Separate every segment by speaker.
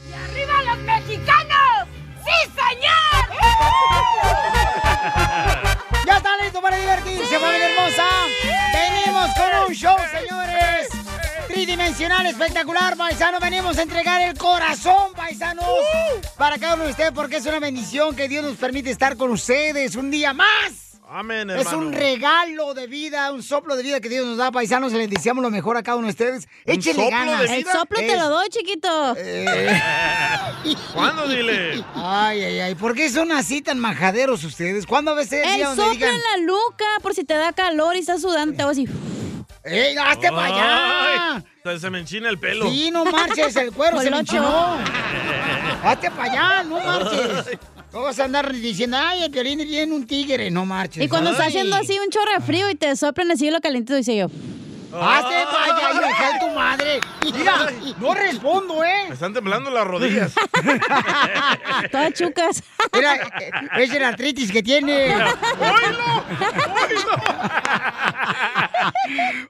Speaker 1: ¡Y arriba los mexicanos! ¡Sí, señor!
Speaker 2: ¡Ya están listos para divertirse, familia hermosa! ¡Venimos con un show, señores! Tridimensional, espectacular, paisano. Venimos a entregar el corazón, paisanos, para cada uno de ustedes, porque es una bendición que Dios nos permite estar con ustedes un día más.
Speaker 3: Amén,
Speaker 2: Es
Speaker 3: hermano.
Speaker 2: un regalo de vida, un soplo de vida que Dios nos da, paisanos. Les deseamos lo mejor a cada uno de ustedes. Échenle
Speaker 3: soplo
Speaker 2: ganas.
Speaker 3: de vida? El soplo te lo
Speaker 2: doy, chiquito.
Speaker 3: ¿Cuándo, dile?
Speaker 2: Ay, ay, ay. ¿Por qué son así tan majaderos ustedes? ¿Cuándo ves el
Speaker 4: El
Speaker 2: día donde
Speaker 4: sopla
Speaker 2: digan...
Speaker 4: en la nuca por si te da calor y estás sudando, te vas así.
Speaker 2: ¡Ey, hazte para allá!
Speaker 3: Ay, se me enchina el pelo.
Speaker 2: Sí, no marches, el cuero se me
Speaker 4: Colocho.
Speaker 2: enchinó. Hazte para allá, no marches. No vas a andar diciendo, ay, el piolín viene un tigre, no marches.
Speaker 4: Y cuando está
Speaker 2: Ay.
Speaker 4: haciendo así un chorro de frío y te soplan así lo calentito, dice yo.
Speaker 2: Hazte para Ah, allá, y acá es tu madre. Mira, no respondo,
Speaker 3: Me
Speaker 2: ¿eh?
Speaker 3: están temblando las rodillas.
Speaker 4: Todas chucas.
Speaker 2: Mira, eh, es el artritis que tiene.
Speaker 3: ¡Oilo!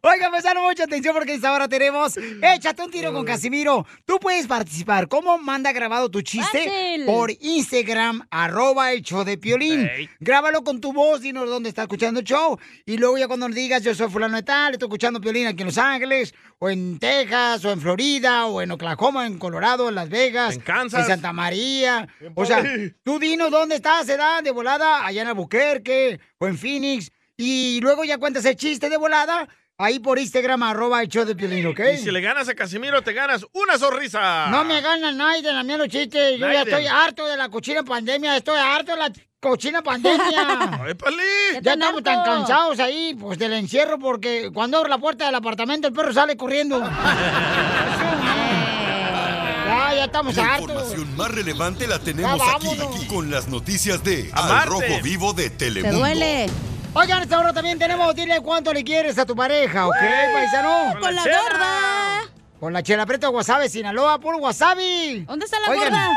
Speaker 2: Oigan, prestaron mucha atención porque esta hora tenemos Échate un tiro con Casimiro. Tú puedes participar. ¿Cómo manda grabado tu chiste?
Speaker 4: Fácil.
Speaker 2: Por Instagram, arroba el show de Piolín.
Speaker 3: Ey.
Speaker 2: Grábalo con tu voz, dinos dónde está escuchando el show. Y luego ya cuando nos digas, yo soy fulano de tal, estoy escuchando Piolín aquí en Los Ángeles, o en Texas, o en Florida, o en Oklahoma, en Colorado, en Las Vegas.
Speaker 3: En Kansas.
Speaker 2: Santa María.
Speaker 3: Bien
Speaker 2: O sea,
Speaker 3: padre.
Speaker 2: tú dinos dónde estás, se da de volada, allá en Albuquerque o en Phoenix. Y luego ya cuentas el chiste de volada ahí por Instagram, arroba el show de Piolín, ¿ok?
Speaker 3: Y si le ganas a Casimiro, te ganas una sonrisa.
Speaker 2: No me gana nadie de la mía los chistes. Yo ya
Speaker 3: Naiden.
Speaker 2: estoy harto de la cochina pandemia. Estoy harto de la cochina pandemia.
Speaker 3: ¡Épale!
Speaker 2: ya
Speaker 4: tan
Speaker 2: estamos tan
Speaker 4: harto.
Speaker 2: cansados ahí, pues del encierro, porque cuando abro la puerta del apartamento el perro sale corriendo. ya, ya estamos
Speaker 5: La
Speaker 2: hartos.
Speaker 5: información más relevante la tenemos
Speaker 2: Ya
Speaker 5: aquí,
Speaker 2: vámonos.
Speaker 5: con las noticias de Al
Speaker 3: Aparte.
Speaker 5: Rojo Vivo de
Speaker 4: Te
Speaker 5: Telemundo.
Speaker 4: duele.
Speaker 2: Oigan, esta hora también tenemos, dile cuánto le quieres a tu pareja, ¿ok, paisano?
Speaker 4: Con la
Speaker 3: chela.
Speaker 4: gorda.
Speaker 2: Con la chela preta wasabi, Sinaloa, por wasabi.
Speaker 4: ¿Dónde está la
Speaker 2: Oigan,
Speaker 4: gorda?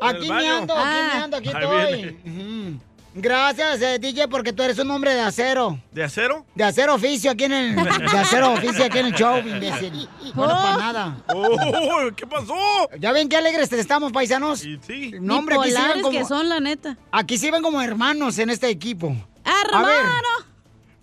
Speaker 3: En
Speaker 2: Aquí
Speaker 3: el
Speaker 2: me
Speaker 3: baño.
Speaker 2: ando, aquí
Speaker 4: Ah.
Speaker 2: me ando, aquí
Speaker 3: Ahí
Speaker 2: estoy. Ujú. Gracias, eh, DJ, porque tú eres un hombre de acero.
Speaker 3: ¿De acero?
Speaker 2: De hacer oficio aquí en el. De hacer oficio aquí en el show, imbécil. Bueno,
Speaker 4: Oh.
Speaker 2: para nada.
Speaker 3: ¡Oh! ¿Qué pasó?
Speaker 2: ¿Ya ven qué alegres estamos, paisanos?
Speaker 3: Y sí.
Speaker 2: No, hombre, aquí se iban
Speaker 4: Bipolares que
Speaker 2: como,
Speaker 4: son, la neta. ¡Ah,
Speaker 2: aquí se iban como hermanos en este equipo. ver.
Speaker 4: ¡Hermano!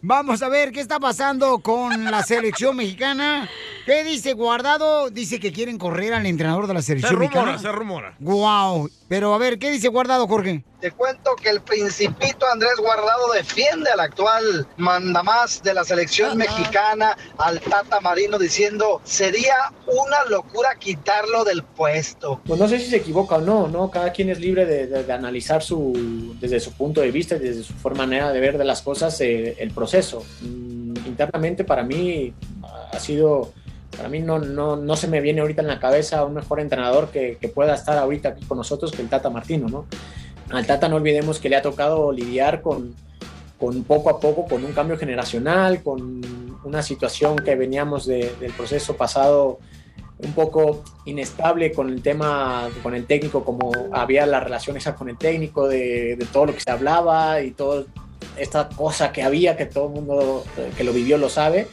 Speaker 2: Vamos a ver qué está pasando con la selección mexicana. ¿Qué dice Guardado? Dice que quieren correr al entrenador de la
Speaker 3: Se
Speaker 2: selección
Speaker 3: rumora, se
Speaker 2: mexicana.
Speaker 3: rumora.
Speaker 2: Wow. Pero a ver, ¿qué dice Guardado, Jorge?
Speaker 6: Te cuento que el principito Andrés Guardado defiende al actual mandamás de la selección mexicana, al Tata Marino, diciendo sería una locura quitarlo del puesto.
Speaker 7: Pues no sé si se equivoca o no, ¿no? Cada quien es libre de, de- de analizar su, desde su punto de vista y desde su forma manera de ver de las cosas eh, el proceso. Mm, internamente para mí ha sido, para mí no, no, no se me viene ahorita en la cabeza un mejor entrenador que, que pueda estar ahorita aquí con nosotros que el Tata Martino, ¿no? Al Tata no olvidemos que le ha tocado lidiar con, con poco a poco, con un cambio generacional, con una situación que veníamos de- del proceso pasado un poco inestable con el tema, con el técnico, como había la relación esa con el técnico, de, de todo lo que se hablaba y toda esta cosa que había, que todo el mundo eh, que lo vivió lo sabe.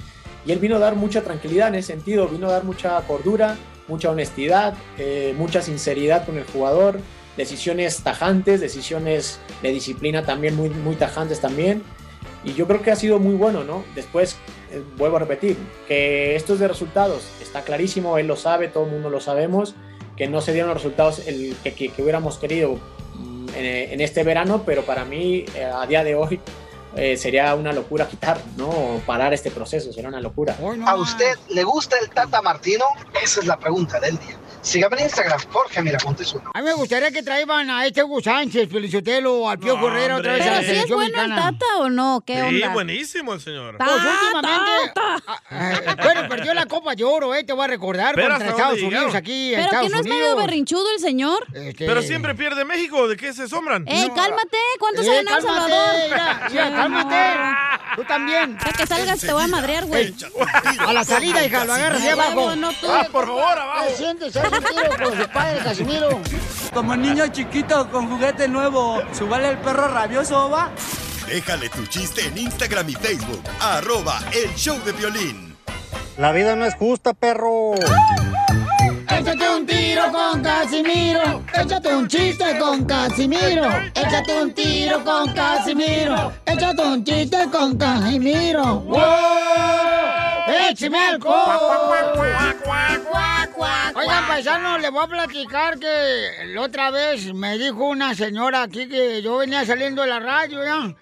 Speaker 7: Y él vino a dar mucha tranquilidad en ese sentido, vino a dar mucha cordura, mucha honestidad, eh, mucha sinceridad con el jugador, decisiones tajantes, decisiones de disciplina también muy, muy tajantes también. Y yo creo que ha sido muy bueno, ¿no? Después
Speaker 8: eh, vuelvo a repetir, que esto es de resultados, está clarísimo, él lo sabe, todo el mundo lo sabemos, que no se dieron los resultados el, que, que- que hubiéramos querido mm, en, en este verano, pero para mí, eh, a día de hoy, eh, sería una locura quitar, ¿no? O parar este proceso, sería una locura.
Speaker 9: ¿A usted le gusta el Tata Martino? Esa es la pregunta del día. Sígame en Instagram, Jorge Miramontes uno.
Speaker 2: A mí me gustaría que traigan a este Hugo Sánchez, Felicitelo, al Pío
Speaker 3: No,
Speaker 2: Correa otra vez a la
Speaker 3: hombre. Pero sí es
Speaker 2: selección
Speaker 3: bueno el
Speaker 2: mexicana.
Speaker 4: ¿Tata o no? ¿Qué
Speaker 3: Sí,
Speaker 4: onda?
Speaker 3: buenísimo el señor.
Speaker 2: Pues últimamente. Ah, eh, bueno, perdió la Copa de Oro, ¿eh? Te voy a recordar
Speaker 3: Pero
Speaker 2: contra
Speaker 3: hasta
Speaker 2: Estados
Speaker 3: dónde
Speaker 2: Unidos
Speaker 3: llegaron.
Speaker 2: aquí. en
Speaker 4: ¿Pero
Speaker 2: Estados
Speaker 4: que no es medio
Speaker 2: Unidos.
Speaker 4: berrinchudo el señor?
Speaker 2: Este-
Speaker 3: Eh, Pero siempre pierde México, ¿de qué se asombran?
Speaker 4: ¡Ey, cálmate! ¿Cuántos
Speaker 2: Eh,
Speaker 4: hay en El
Speaker 2: cálmate,
Speaker 4: Salvador?
Speaker 2: mira, mira,
Speaker 4: Ya,
Speaker 2: cálmate. Tú también.
Speaker 4: Para que salgas te voy a madrear, güey.
Speaker 2: A la salida, hija, lo agarras de abajo.
Speaker 4: Huevo, no tú.
Speaker 3: Ah, por favor, abajo.
Speaker 2: Siéntese, haz un tiro con su padre, Casimiro.
Speaker 10: Como niño chiquito con juguete nuevo, subale el perro rabioso, va.
Speaker 5: Déjale tu chiste en Instagram y Facebook. Arroba el show de violín.
Speaker 11: La vida no es justa, perro.
Speaker 2: Échate un tiro con Casimiro. Échate un chiste con Casimiro. Échate un tiro con Casimiro. Échate un chiste con Casimiro. ¡Wow! ¡Échame alcohol! Oigan, paisano, le voy a platicar que la otra vez me dijo una señora aquí que yo venía saliendo de la radio, ¿ya?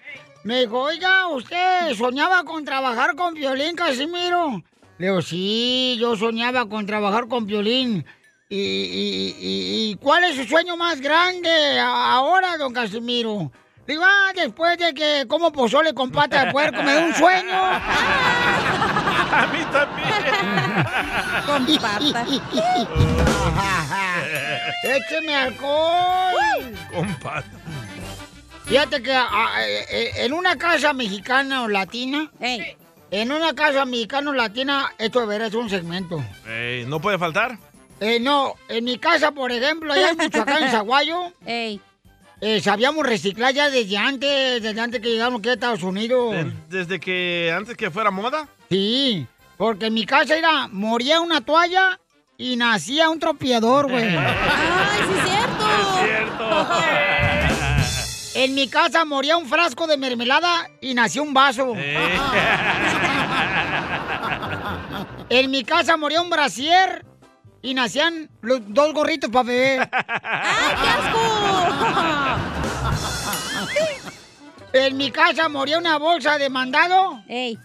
Speaker 2: Me dijo, oiga, usted soñaba con trabajar con Violín, Casimiro. Le digo, sí, yo soñaba con trabajar con Violín. ¿Y, y- y- y cuál es su sueño más grande a- ahora, don Casimiro? Le digo, ah, después de que como pozole con pata de puerco, me dio un sueño.
Speaker 3: A mí también.
Speaker 2: ¡Écheme alcohol!
Speaker 3: Compa.
Speaker 2: Fíjate que a- a- eh, eh, en una casa mexicana o latina, en una casa mexicana o latina, esto de veras es un segmento.
Speaker 3: Ey, ¿No puede faltar?
Speaker 2: Eh, no, en mi casa, por ejemplo, allá en Michoacán, en Zaguayo, eh, sabíamos reciclar ya desde antes, desde antes que llegamos aquí a Estados Unidos.
Speaker 3: De- ¿Desde que antes que fuera moda?
Speaker 2: Sí, porque en mi casa era, moría una toalla y nacía un tropiador, güey.
Speaker 4: ¡Ay, sí es cierto!
Speaker 2: En mi casa moría un frasco de mermelada y nació un vaso. En mi casa moría un brasier y nacían los dos gorritos para bebé. ¡Ay, qué asco! En mi casa moría una bolsa de mandado y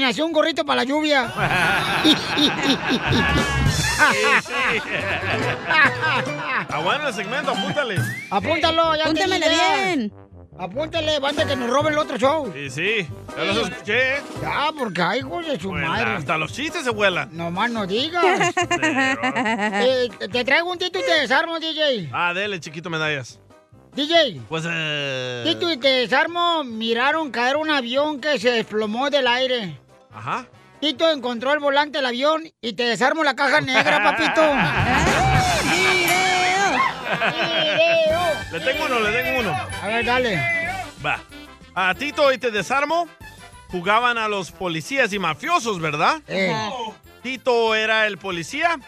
Speaker 2: nació un gorrito para la lluvia.
Speaker 3: Ah, bueno, el segmento, apúntale.
Speaker 2: Apúntalo, ya
Speaker 4: Apúntamelo
Speaker 2: bien. Apúntale, banda que nos roben el otro show.
Speaker 3: Sí, sí, ya los escuché.
Speaker 2: Ah, porque hay hijos de su
Speaker 3: Bueno,
Speaker 2: madre.
Speaker 3: Ah, hasta los chistes se vuelan.
Speaker 2: Nomás no digas. Eh, te traigo un tito y te desarmo, DJ.
Speaker 3: Ah, dele, chiquito medallas.
Speaker 2: DJ,
Speaker 3: Pues, eh...
Speaker 2: tito y te desarmo miraron caer un avión que se desplomó del aire.
Speaker 3: Ajá.
Speaker 2: Tito encontró el volante del avión y te desarmo la caja negra, papito.
Speaker 3: Le tengo uno, le tengo uno.
Speaker 2: A ver, dale.
Speaker 3: Va. A Tito y te desarmo. Jugaban a los policías y mafiosos, ¿verdad?
Speaker 2: Eh.
Speaker 3: Tito era el policía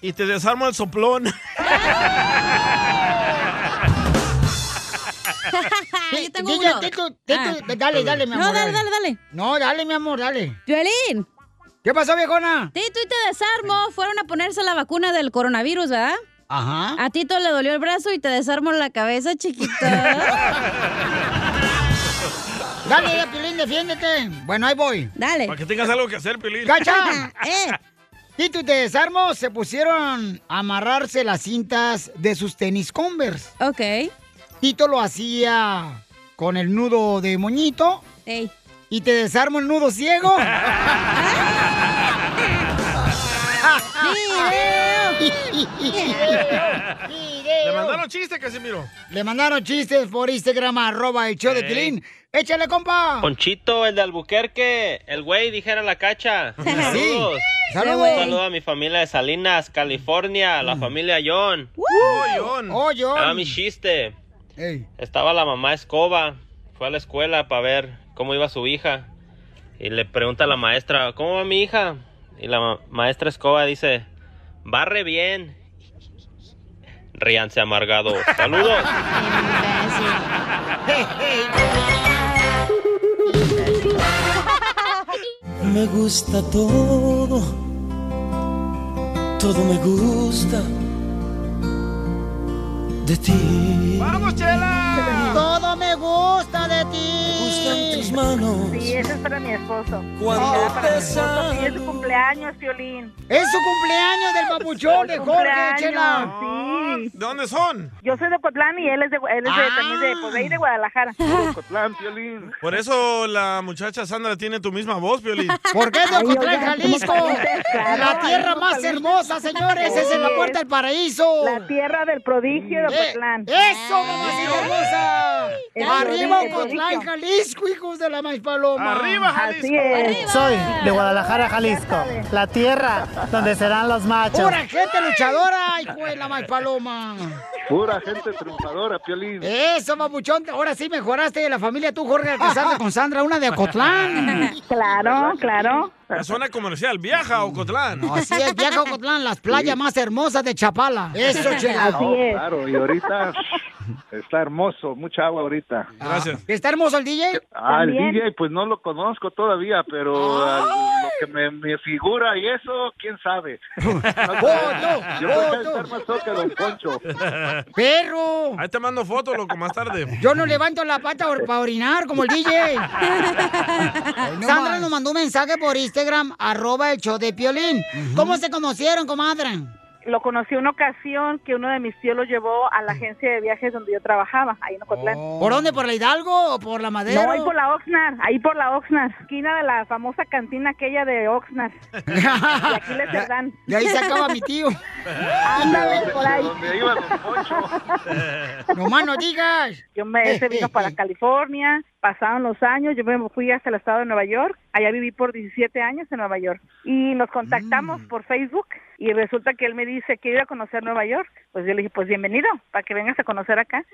Speaker 3: y te desarmo el soplón.
Speaker 2: Yo
Speaker 4: tengo
Speaker 2: DJ,
Speaker 4: uno.
Speaker 2: Tito, Tito,
Speaker 4: Ah.
Speaker 2: dale, dale, mi
Speaker 4: No,
Speaker 2: amor.
Speaker 4: dale, dale, dale.
Speaker 2: No, dale, mi amor, dale.
Speaker 4: Violín.
Speaker 2: ¿Qué pasó, viejona?
Speaker 4: Tito y te desarmo fueron a ponerse la vacuna del coronavirus, ¿verdad?
Speaker 2: Ajá.
Speaker 4: A Tito le dolió el brazo y te desarmo la cabeza, chiquito.
Speaker 2: Dale, ya, Pilín, defiéndete. Bueno, ahí voy.
Speaker 4: Dale.
Speaker 3: Para que tengas algo que hacer, Pelín.
Speaker 2: ¡Cacha! Tito y te desarmo se pusieron a amarrarse las cintas de sus tenis Converse.
Speaker 4: Ok.
Speaker 2: Tito lo hacía con el nudo de moñito. Y te desarmo el nudo ciego.
Speaker 3: Le mandaron chiste, Casimiro.
Speaker 2: Le mandaron chistes por Instagram, arroba el show de
Speaker 12: Ey.
Speaker 2: Pilín. Échale, compa.
Speaker 12: Ponchito, el de Albuquerque, el güey dijera la cacha. Saludos.
Speaker 2: saludos.
Speaker 12: Un saludo a mi familia de Salinas, California, a la familia John.
Speaker 2: Oh,
Speaker 12: Era
Speaker 2: John.
Speaker 12: mi chiste.
Speaker 2: Ey.
Speaker 12: Estaba la mamá escoba, fue a la escuela para ver cómo iba su hija. Y le pregunta a la maestra, ¿cómo va mi hija? Y la ma- maestra escoba dice, barre bien. Ríanse amargado. Saludos.
Speaker 1: me gusta todo, todo me gusta de ti.
Speaker 2: ¡Vamos, Chela! Todo me gusta de ti.
Speaker 1: tus manos.
Speaker 13: Sí, ese es para mi esposo.
Speaker 1: Cuando
Speaker 2: Oh,
Speaker 13: Ah, para mi
Speaker 1: te
Speaker 13: esposo, sí, es su cumpleaños, Piolín.
Speaker 2: Es su cumpleaños del papuchón de
Speaker 13: Su
Speaker 2: Jorge,
Speaker 13: cumpleaños,
Speaker 2: Chela.
Speaker 13: Sí.
Speaker 3: ¿De dónde son?
Speaker 13: Yo soy de Cotlán y él es de, Gua- él es de-
Speaker 3: Ah.
Speaker 13: también de, pues, de ahí de Guadalajara.
Speaker 3: Cotlán, Piolín. Por eso la muchacha Sandra tiene tu misma voz, Piolín.
Speaker 2: ¿Por qué de Ocotlán, Jalisco? La tierra
Speaker 13: Jalisco,
Speaker 2: más
Speaker 13: Jalisco.
Speaker 2: hermosa, señores, es en la
Speaker 13: Sí,
Speaker 2: puerta
Speaker 13: es
Speaker 2: del paraíso.
Speaker 13: La tierra del prodigio de
Speaker 2: Eh,
Speaker 13: Ocotlán.
Speaker 2: ¡Eso, mamacita hermosa!
Speaker 13: El
Speaker 2: ¡Arriba
Speaker 13: prodigio, el
Speaker 2: Ocotlán,
Speaker 13: prodigio.
Speaker 2: Jalisco, hijos de la maíz paloma!
Speaker 13: Así es.
Speaker 14: Soy de Guadalajara, Jalisco, la tierra donde serán los machos.
Speaker 2: ¡Pura gente luchadora, hijo de la maíz paloma!
Speaker 15: Pura gente triunfadora, Piolín.
Speaker 2: Eso, mamuchón, ahora sí mejoraste de la familia tú, Jorge, al casarte con Sandra, una de Ocotlán.
Speaker 13: Claro, claro.
Speaker 3: La zona comercial, viaja a Ocotlán.
Speaker 2: Así es, viaja a Ocotlán, las playas más hermosas de Chapala. Eso, chela.
Speaker 15: No, Claro, y ahorita está hermoso, mucha agua ahorita.
Speaker 3: Gracias.
Speaker 2: ¿Está hermoso el DJ?
Speaker 15: Ah, el DJ, pues no lo conozco todavía, pero al- lo que me, me figura y eso, quién sabe.
Speaker 2: Oh,
Speaker 15: No sé,
Speaker 3: ¡Voto!
Speaker 15: Yo voy a
Speaker 3: ¡Voto!
Speaker 15: estar más cerca de Don Poncho.
Speaker 2: ¡Perro!
Speaker 3: Ahí te mando foto, loco, más tarde.
Speaker 2: Yo no levanto la pata or- para orinar como el DJ. Sandra nos mandó un mensaje por Instagram, arroba el show de Piolín. ¿Cómo se conocieron, comadre?
Speaker 13: Lo conocí una ocasión que uno de mis tíos lo llevó a la agencia de viajes donde yo trabajaba, ahí en Ocotlán.
Speaker 2: ¿Por dónde? ¿Por la Hidalgo o por la Madera?
Speaker 13: No, ahí por la Oxnard, ahí por la Oxnard, esquina de la famosa cantina aquella de Oxnard. y aquí les se dan.
Speaker 2: De ahí se acaba mi tío.
Speaker 13: Ándale, por ahí.
Speaker 2: No más no digas.
Speaker 13: Yo me ese vino para California, pasaron los años, yo me fui hasta el estado de Nueva York, allá viví por 17 años en Nueva York y nos contactamos
Speaker 2: Mm.
Speaker 13: por Facebook y resulta que él me dice que iba a conocer Nueva York, pues yo le dije, pues bienvenido, para que vengas a conocer acá.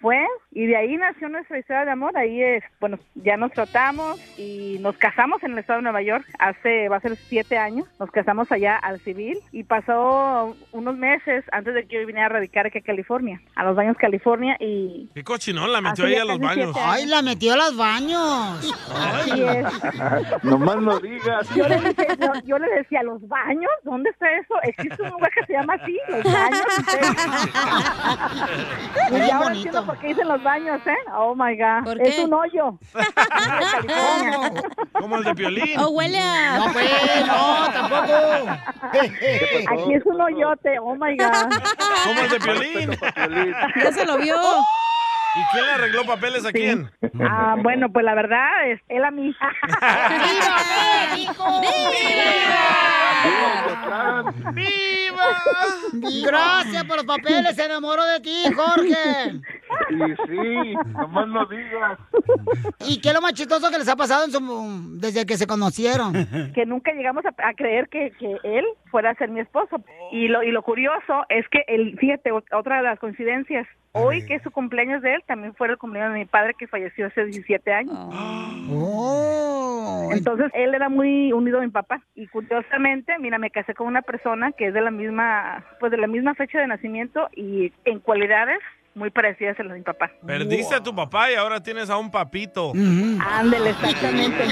Speaker 13: Fue y de ahí nació nuestra historia de amor, ahí es, bueno, ya nos tratamos y nos casamos en el estado de Nueva York hace, va a ser siete años, nos casamos allá al civil y pasó unos meses antes de que yo viniera a radicar aquí a California, a los baños California y
Speaker 3: Qué cochinón, la metió
Speaker 13: Así
Speaker 3: ahí
Speaker 13: ya
Speaker 3: a los
Speaker 13: casi siete
Speaker 3: baños.
Speaker 2: Ay, la metió a los baños.
Speaker 13: Así
Speaker 15: Nomás no digas.
Speaker 13: Yo le, dije, yo, yo le decía, ¿los baños? ¿Dónde está eso? Existe un lugar que se llama así, los baños.
Speaker 2: Muy
Speaker 13: y ahora
Speaker 2: bonito.
Speaker 13: entiendo por qué dicen los baños, ¿eh? Oh, my God.
Speaker 4: ¿Por
Speaker 13: Es
Speaker 4: qué?
Speaker 13: un hoyo.
Speaker 3: Como el de Piolín.
Speaker 4: O huele a...
Speaker 2: Ah, No, pues, no, tampoco.
Speaker 13: Aquí es un hoyote. Oh, my God.
Speaker 3: Como el de Piolín.
Speaker 13: Ya se lo vio.
Speaker 3: ¿Y quién le arregló papeles a quién?
Speaker 13: Ah, bueno, pues la verdad es él a mí.
Speaker 2: ¡Viva México! ¡Viva! Gracias por los papeles, se enamoró de ti, Jorge.
Speaker 15: Y sí, nomás no digas.
Speaker 2: ¿Y qué es lo más chistoso que les ha pasado en su- desde que se conocieron?
Speaker 13: que nunca llegamos a, a creer que, que él fuera a ser mi esposo. Y lo, y lo curioso es que, él, fíjate, ot- otra de las coincidencias, hoy que es su cumpleaños de él, también fue el cumpleaños de mi padre que falleció hace 17 años.
Speaker 1: Oh.
Speaker 15: Oh.
Speaker 13: Entonces, él era muy unido a mi papá. Y curiosamente, mira, me casé con una persona que es de la misma, pues de la misma fecha de nacimiento y en cualidades muy parecidas a las de mi papá.
Speaker 3: Perdiste a tu papá y ahora tienes a un papito.
Speaker 13: Ándele, exactamente.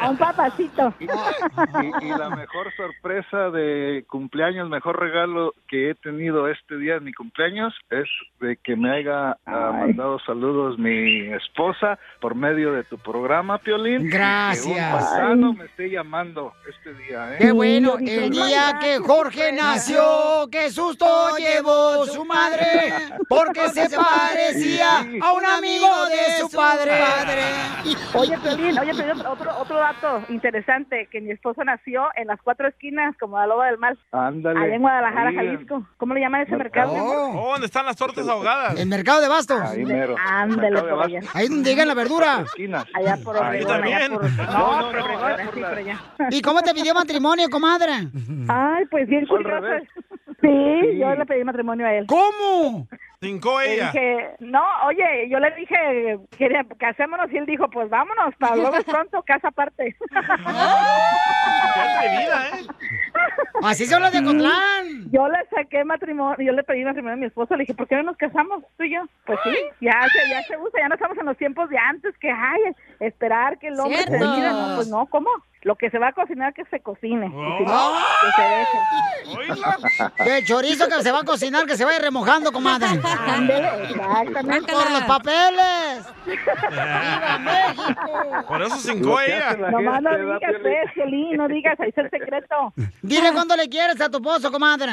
Speaker 13: a un papacito.
Speaker 15: Y, y la mejor sorpresa de cumpleaños, mejor regalo que he tenido este día de mi cumpleaños es de que me haya ah, mandado saludos mi esposa por medio de tu programa, Piolín.
Speaker 2: Gracias.
Speaker 15: Y que un paisano
Speaker 2: Ay.
Speaker 15: me esté llamando este día, ¿eh?
Speaker 2: Qué bueno, el día que Jorge nació, qué susto llevó su madre, porque se parecía a un amigo de su padre.
Speaker 13: Oye, Piolín, oye, Piolín, otro, otro dato interesante, que mi esposo nació en las cuatro esquinas, como la loba del mar,
Speaker 15: Ándale.
Speaker 13: allá en Guadalajara,
Speaker 15: Ahí,
Speaker 13: Jalisco. ¿Cómo le llaman ese mercado? mi amor?
Speaker 3: Oh, ¿Dónde están las tortas ahogadas?
Speaker 2: El mercado de bastos.
Speaker 15: Ahí mero.
Speaker 13: Ándale,
Speaker 15: Mercado de
Speaker 13: por
Speaker 15: Abastos.
Speaker 13: allá.
Speaker 2: Ahí donde llegan la verdura.
Speaker 13: Allá por
Speaker 15: Ahí
Speaker 13: Obregón, allá
Speaker 15: también.
Speaker 13: por...
Speaker 15: No,
Speaker 13: No, por Obregón, sí, por allá.
Speaker 2: ¿Y cómo te pidió matrimonio, comadre?
Speaker 13: Ay, pues bien
Speaker 2: Fue al
Speaker 13: curioso.
Speaker 2: revés.
Speaker 13: Sí,
Speaker 2: Sí.
Speaker 13: yo le pedí matrimonio a él.
Speaker 2: ¿Cómo?
Speaker 3: Tincó
Speaker 13: Le
Speaker 3: ella.
Speaker 13: dije, no, oye, yo le dije, quería, casémonos, y él dijo, pues vámonos, para luego es pronto, casa aparte.
Speaker 3: ¿eh?
Speaker 2: Así son los de Cotlán.
Speaker 13: Yo le saqué matrimonio, yo le pedí matrimonio a mi esposo, le dije, ¿por qué no nos casamos tú y yo? Pues sí, ya se, ya se usa, ya no estamos en los tiempos de antes, que ay, esperar que el hombre
Speaker 4: Cierto.
Speaker 13: te diga, no, pues no, ¿cómo? Lo que se va a cocinar, que se cocine. Y si no, que se deje.
Speaker 2: Que el chorizo que se va a cocinar, que se vaya remojando, comadre.
Speaker 13: exactamente.
Speaker 2: Por los papeles.
Speaker 3: Por eso se hincó ella.
Speaker 13: Nomás no digas, pues, Piolín, no digas, ahí está el secreto.
Speaker 2: Dile cuándo le quieres a tu esposo, comadre.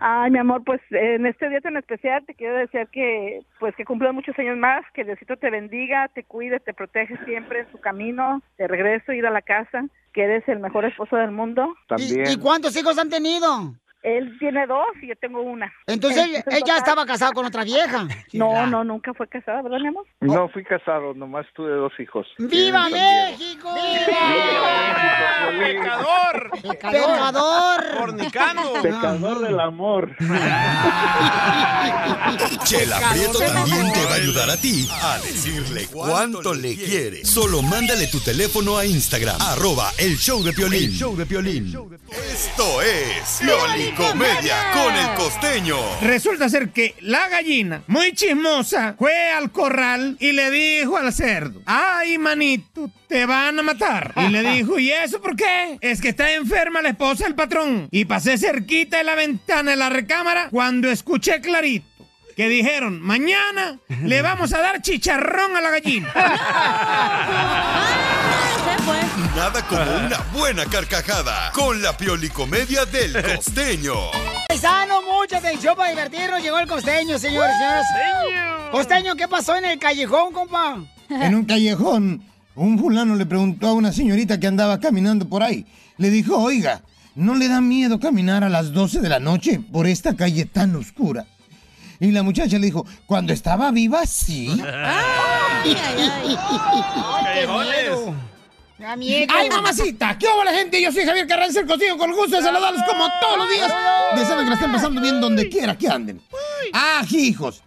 Speaker 13: Ay, mi amor, pues en este día tan especial te quiero desear que pues que cumplas muchos años más, que Diosito te bendiga, te cuide, te protege siempre en su camino, de regreso, ir a la casa, que eres el mejor esposo del mundo.
Speaker 2: ¿Y, y cuántos hijos han tenido?
Speaker 13: Él tiene dos y yo tengo una.
Speaker 2: Entonces ella- ella estaba casada con otra vieja.
Speaker 13: No, no, nunca fue casada, ¿verdad, mi amor?
Speaker 15: No fui casado, nomás tuve dos hijos.
Speaker 2: ¡Viva
Speaker 15: Eh,
Speaker 2: México!
Speaker 3: ¡Pecador!
Speaker 2: ¡Pecador!
Speaker 15: Pecador del amor.
Speaker 5: Chela Prieto también te va a ayudar a ti a decirle cuánto le quiere. Solo mándale tu teléfono a Instagram, arroba el show de Piolín.
Speaker 16: El
Speaker 5: show de Esto es Pioli Comedia con el costeño.
Speaker 16: Resulta ser que la gallina, muy chismosa, fue al corral y le dijo al cerdo, ay manito, te van a matar. Y le dijo, ¿y eso por qué? Es que está enferma la esposa del patrón. Y pasé cerquita de la ventana de la recámara cuando escuché clarito. Que dijeron, mañana le vamos a dar chicharrón a la gallina.
Speaker 5: Nada como una buena carcajada con la Pioli Comedia del costeño.
Speaker 2: Paisano, mucha atención para divertirnos. Llegó el costeño, señores, señores. Costeño, ¿qué pasó Ah, en el callejón, compa?
Speaker 17: En un callejón, un fulano le preguntó a una señorita que andaba caminando por ahí. Le dijo, oiga, ¿no le da miedo caminar a las 12 de la noche por esta calle tan oscura? Y la muchacha le dijo, cuando estaba viva, sí.
Speaker 2: Da miedo.
Speaker 17: ¡Ay, mamacita! ¿Qué hubo la gente? Yo soy Javier Carranza, el contigo con el gusto de saludarlos como todos los días. De saber que la están pasando bien donde quiera que anden. ¡Ah, hijos!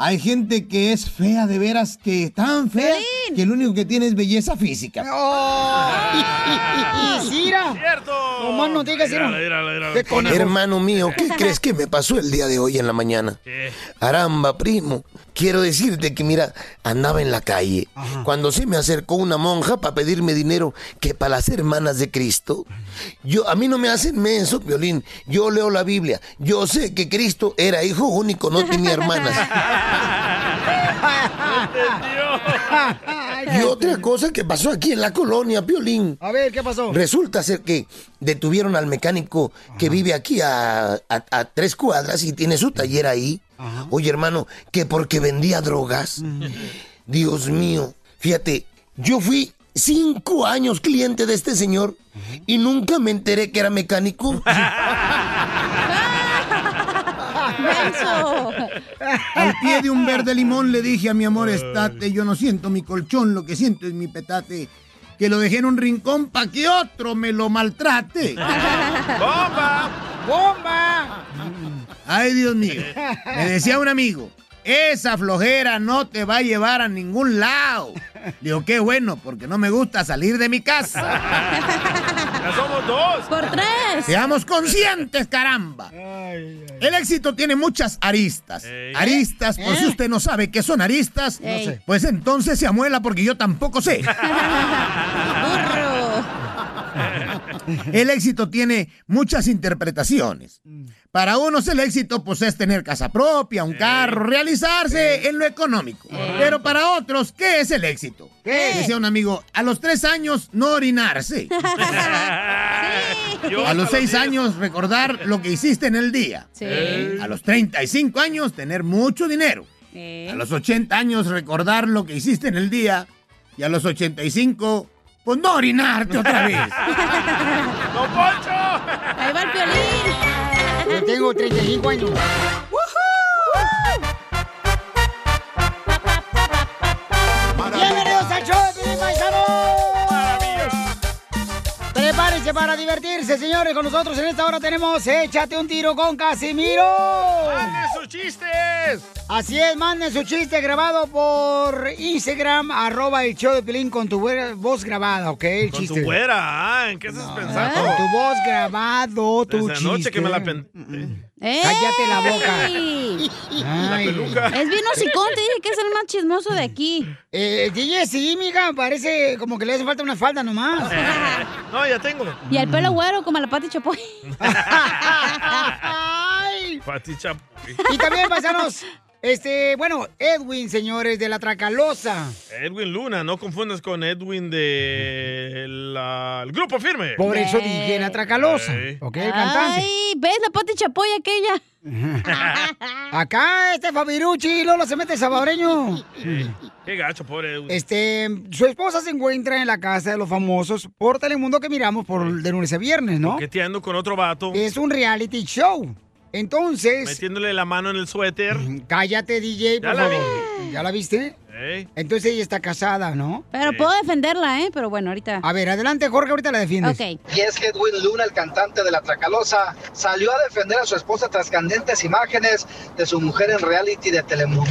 Speaker 17: Hay gente que es fea de veras, que tan fea, que lo único que tiene es belleza física.
Speaker 2: ¡Oh! ¡Y Cira!
Speaker 3: ¡Cierto!
Speaker 2: No más no digas, Cira.
Speaker 3: Míralo, míralo, míralo.
Speaker 2: Te con-
Speaker 18: Hermano mío, ¿qué crees que me pasó el día de hoy en la mañana? Aramba, primo, quiero decirte que mira, andaba en la calle cuando se me acercó una monja para pedirme dinero que para las hermanas de Cristo. Yo a mí no me hacen menso, violín. Yo leo la Biblia. Yo sé que Cristo era hijo único, no tenía hermanas. Y otra cosa que pasó aquí en la colonia, Piolín.
Speaker 2: A ver, ¿qué pasó?
Speaker 18: Resulta ser que detuvieron al mecánico que vive aquí a, a- a tres cuadras y tiene su taller ahí. Oye, hermano, que porque vendía drogas. Dios mío, fíjate, yo fui cinco años cliente de este señor y nunca me enteré que era mecánico.
Speaker 17: Al pie de un verde limón le dije a mi amor, estate, yo no siento mi colchón, lo que siento es mi petate. Que lo dejé en un rincón pa' que otro me lo maltrate.
Speaker 3: ¡Bomba!
Speaker 2: ¡Bomba!
Speaker 17: Ay, Dios mío. Me decía un amigo, esa flojera no te va a llevar a ningún lado. Le digo, qué bueno, porque no me gusta salir de mi casa.
Speaker 3: ¡Ya somos dos!
Speaker 17: ¡Por tres! Seamos conscientes, caramba. El éxito tiene muchas aristas. Aristas, por si usted no sabe qué son aristas,
Speaker 1: No sé.
Speaker 17: pues entonces se amuela porque yo tampoco sé. El éxito tiene muchas interpretaciones. Para unos el éxito pues es tener casa propia, un carro, realizarse en lo económico. Pero para otros, ¿qué es el éxito? Decía un amigo, a los tres años no orinarse.
Speaker 1: Yo
Speaker 17: a
Speaker 1: hasta
Speaker 17: los
Speaker 1: los
Speaker 17: seis
Speaker 1: diez.
Speaker 17: años recordar lo que hiciste en el día.
Speaker 1: Sí.
Speaker 17: A los 35 años tener mucho dinero. A los 80 años recordar lo que hiciste en el día. Y a los 85, pues no orinarte otra vez.
Speaker 1: ¡Don Poncho! ¡Ahí va el violín!
Speaker 2: Yo tengo 35 años. ¡Bienvenidos al show de Piolín, Paisanos! Prepárense para divertirse, señores. Con nosotros en esta hora tenemos Échate un tiro con Casimiro.
Speaker 3: sus chistes.
Speaker 2: Así es, manden su chiste grabado por Instagram, arroba el show de Pelín con tu güera- voz grabada, ¿ok? El
Speaker 3: Con
Speaker 2: chiste.
Speaker 3: tu güera, ah, ¿en qué estás pensando?
Speaker 2: Con ¿Eh? tu voz grabado, tu
Speaker 3: Desde
Speaker 2: chiste. Mm,
Speaker 3: anoche que me la pen...
Speaker 2: Cállate la
Speaker 4: ¡Ey!
Speaker 2: La Ay. peluca.
Speaker 4: Es bien hocicón, te dije que es el más chismoso de aquí.
Speaker 2: Eh, DJ, sí, mija, parece como que le hace falta una falda nomás.
Speaker 3: Eh, No, ya tengo.
Speaker 4: Y el pelo güero como la Pati Chapoy.
Speaker 2: Ay.
Speaker 3: Pati Chap-
Speaker 2: Y también, paisanos, este, bueno, Edwin, señores, de la Tracalosa.
Speaker 3: Edwin Luna, no confundas con Edwin de la- el grupo firme.
Speaker 2: Por eso dije la Tracalosa.
Speaker 3: Ey.
Speaker 2: ¿Ok, el
Speaker 13: Ah.
Speaker 2: cantante?
Speaker 4: Ay, ¿ves la Pati Chapoy aquella?
Speaker 2: Acá este Fabiruchi, Lolo se mete salvadoreño.
Speaker 3: Ey, Qué gacho, pobre Edwin.
Speaker 2: Este, su esposa se encuentra en la casa de los famosos por Telemundo que miramos por de lunes a viernes, ¿no?
Speaker 3: Coqueteando con otro vato.
Speaker 2: Es un reality show. Entonces,
Speaker 3: Metiéndole la mano en el suéter.
Speaker 2: cállate, DJ,
Speaker 3: Ya
Speaker 2: por
Speaker 3: la
Speaker 2: favor. ¿Ya la viste?
Speaker 3: Ey.
Speaker 2: Entonces ella está casada, ¿no?
Speaker 4: Pero puedo defenderla, ¿eh? Pero bueno, ahorita.
Speaker 2: A ver, adelante, Jorge, ahorita la defiendes.
Speaker 6: Y es que Edwin Luna, el cantante de La Tracalosa, salió a defender a su esposa tras candentes imágenes de su mujer en reality de Telemundo.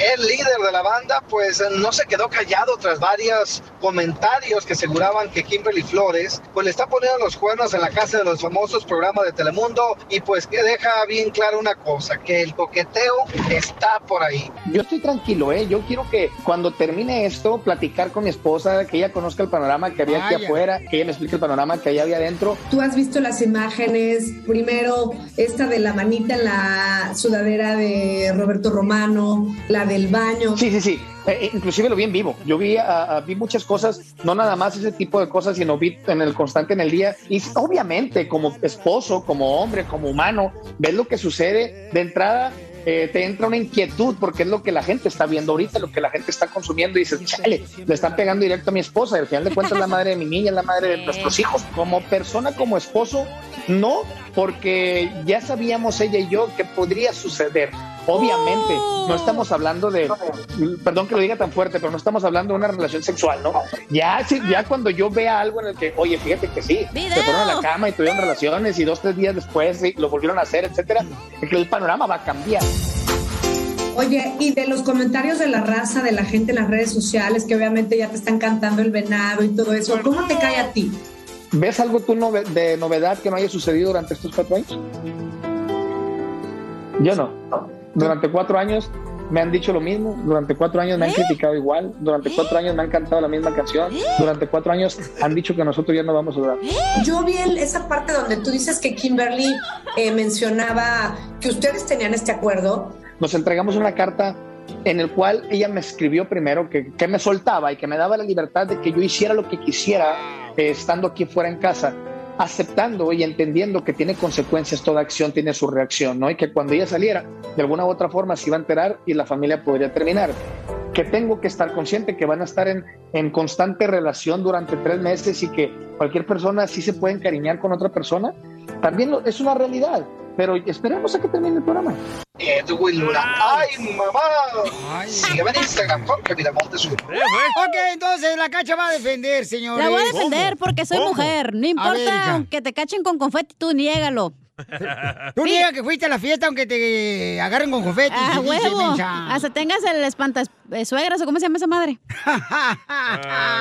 Speaker 6: El líder de la banda, pues no se quedó callado tras varios comentarios que aseguraban que Kimberly Flores, pues le está poniendo los cuernos en la casa de los famosos programas de Telemundo y pues que deja bien claro una cosa, que el coqueteo está por ahí.
Speaker 19: Yo estoy tranquilo, ¿eh? Yo quiero que cuando termine esto, platicar con mi esposa, que ella conozca el panorama que había aquí
Speaker 20: Vaya.
Speaker 19: afuera, que ella me explique el panorama que allá había adentro.
Speaker 20: Tú has visto las imágenes, primero esta de la manita en la sudadera de Roberto Romano, la del baño.
Speaker 19: Sí, sí, sí. Eh, eh, inclusive lo vi en vivo. Yo vi, ah, ah, vi muchas cosas, no nada más ese tipo de cosas, sino vi en el constante en el día. Y s- obviamente, como esposo, como hombre, como humano, ves lo que sucede de entrada. eh, te entra una inquietud porque es lo que la gente está viendo ahorita, lo que la gente está consumiendo y dices, chale, le están pegando directo a mi esposa, y al final de cuentas es la madre de mi niña, es la madre de nuestros hijos. Como persona, como esposo, no, porque ya sabíamos ella y yo que podría suceder. Obviamente, no estamos hablando de, perdón que lo diga tan fuerte, pero no estamos hablando de una relación sexual, ¿no? Ya, sí, ya cuando yo vea algo en el que, oye, fíjate que sí, se fueron a la cama y tuvieron relaciones y dos, tres días después sí, lo volvieron a hacer, etcétera, que el panorama va a cambiar.
Speaker 20: Oye, y de los comentarios de la raza, de la gente en las redes sociales, que obviamente ya te están cantando el venado y todo eso, ¿cómo te cae a ti?
Speaker 19: ¿Ves algo tú nove- de novedad que no haya sucedido durante estos cuatro años? Yo no. Durante cuatro años me han dicho lo mismo, durante cuatro años me han criticado igual, durante cuatro años me han cantado la misma canción, durante cuatro años han dicho que nosotros ya no vamos a durar.
Speaker 20: Yo vi el- esa parte donde tú dices que Kimberly eh, mencionaba que ustedes tenían este acuerdo.
Speaker 19: Nos entregamos una carta en el cual ella me escribió primero que, que me soltaba y que me daba la libertad de que yo hiciera lo que quisiera eh, estando aquí fuera en casa, aceptando y entendiendo que tiene consecuencias, toda acción tiene su reacción, ¿no? Y que cuando ella saliera, de alguna u otra forma se iba a enterar y la familia podría terminar. Que tengo que estar consciente que van a estar en, en constante relación durante tres meses y que cualquier persona sí se puede encariñar con otra persona, también lo- es una realidad. Pero esperemos a que termine el programa.
Speaker 6: Edwin Luna, ¡ay mamá! Sígueme en Instagram, Jorge Miramontes uno.
Speaker 2: Ok, entonces la cacha va a defender, señores.
Speaker 4: La voy a defender porque soy mujer. No
Speaker 2: A
Speaker 4: importa
Speaker 2: ver, hija.
Speaker 4: aunque te cachen con confeti, tú niégalo.
Speaker 2: Tú niegas que fuiste a la fiesta aunque te agarren con confeti.
Speaker 4: ¡Ah,
Speaker 2: sí, sí,
Speaker 4: huevo!
Speaker 2: mensa.
Speaker 4: Hasta tengas el espantas eh, suegras o cómo se llama esa madre.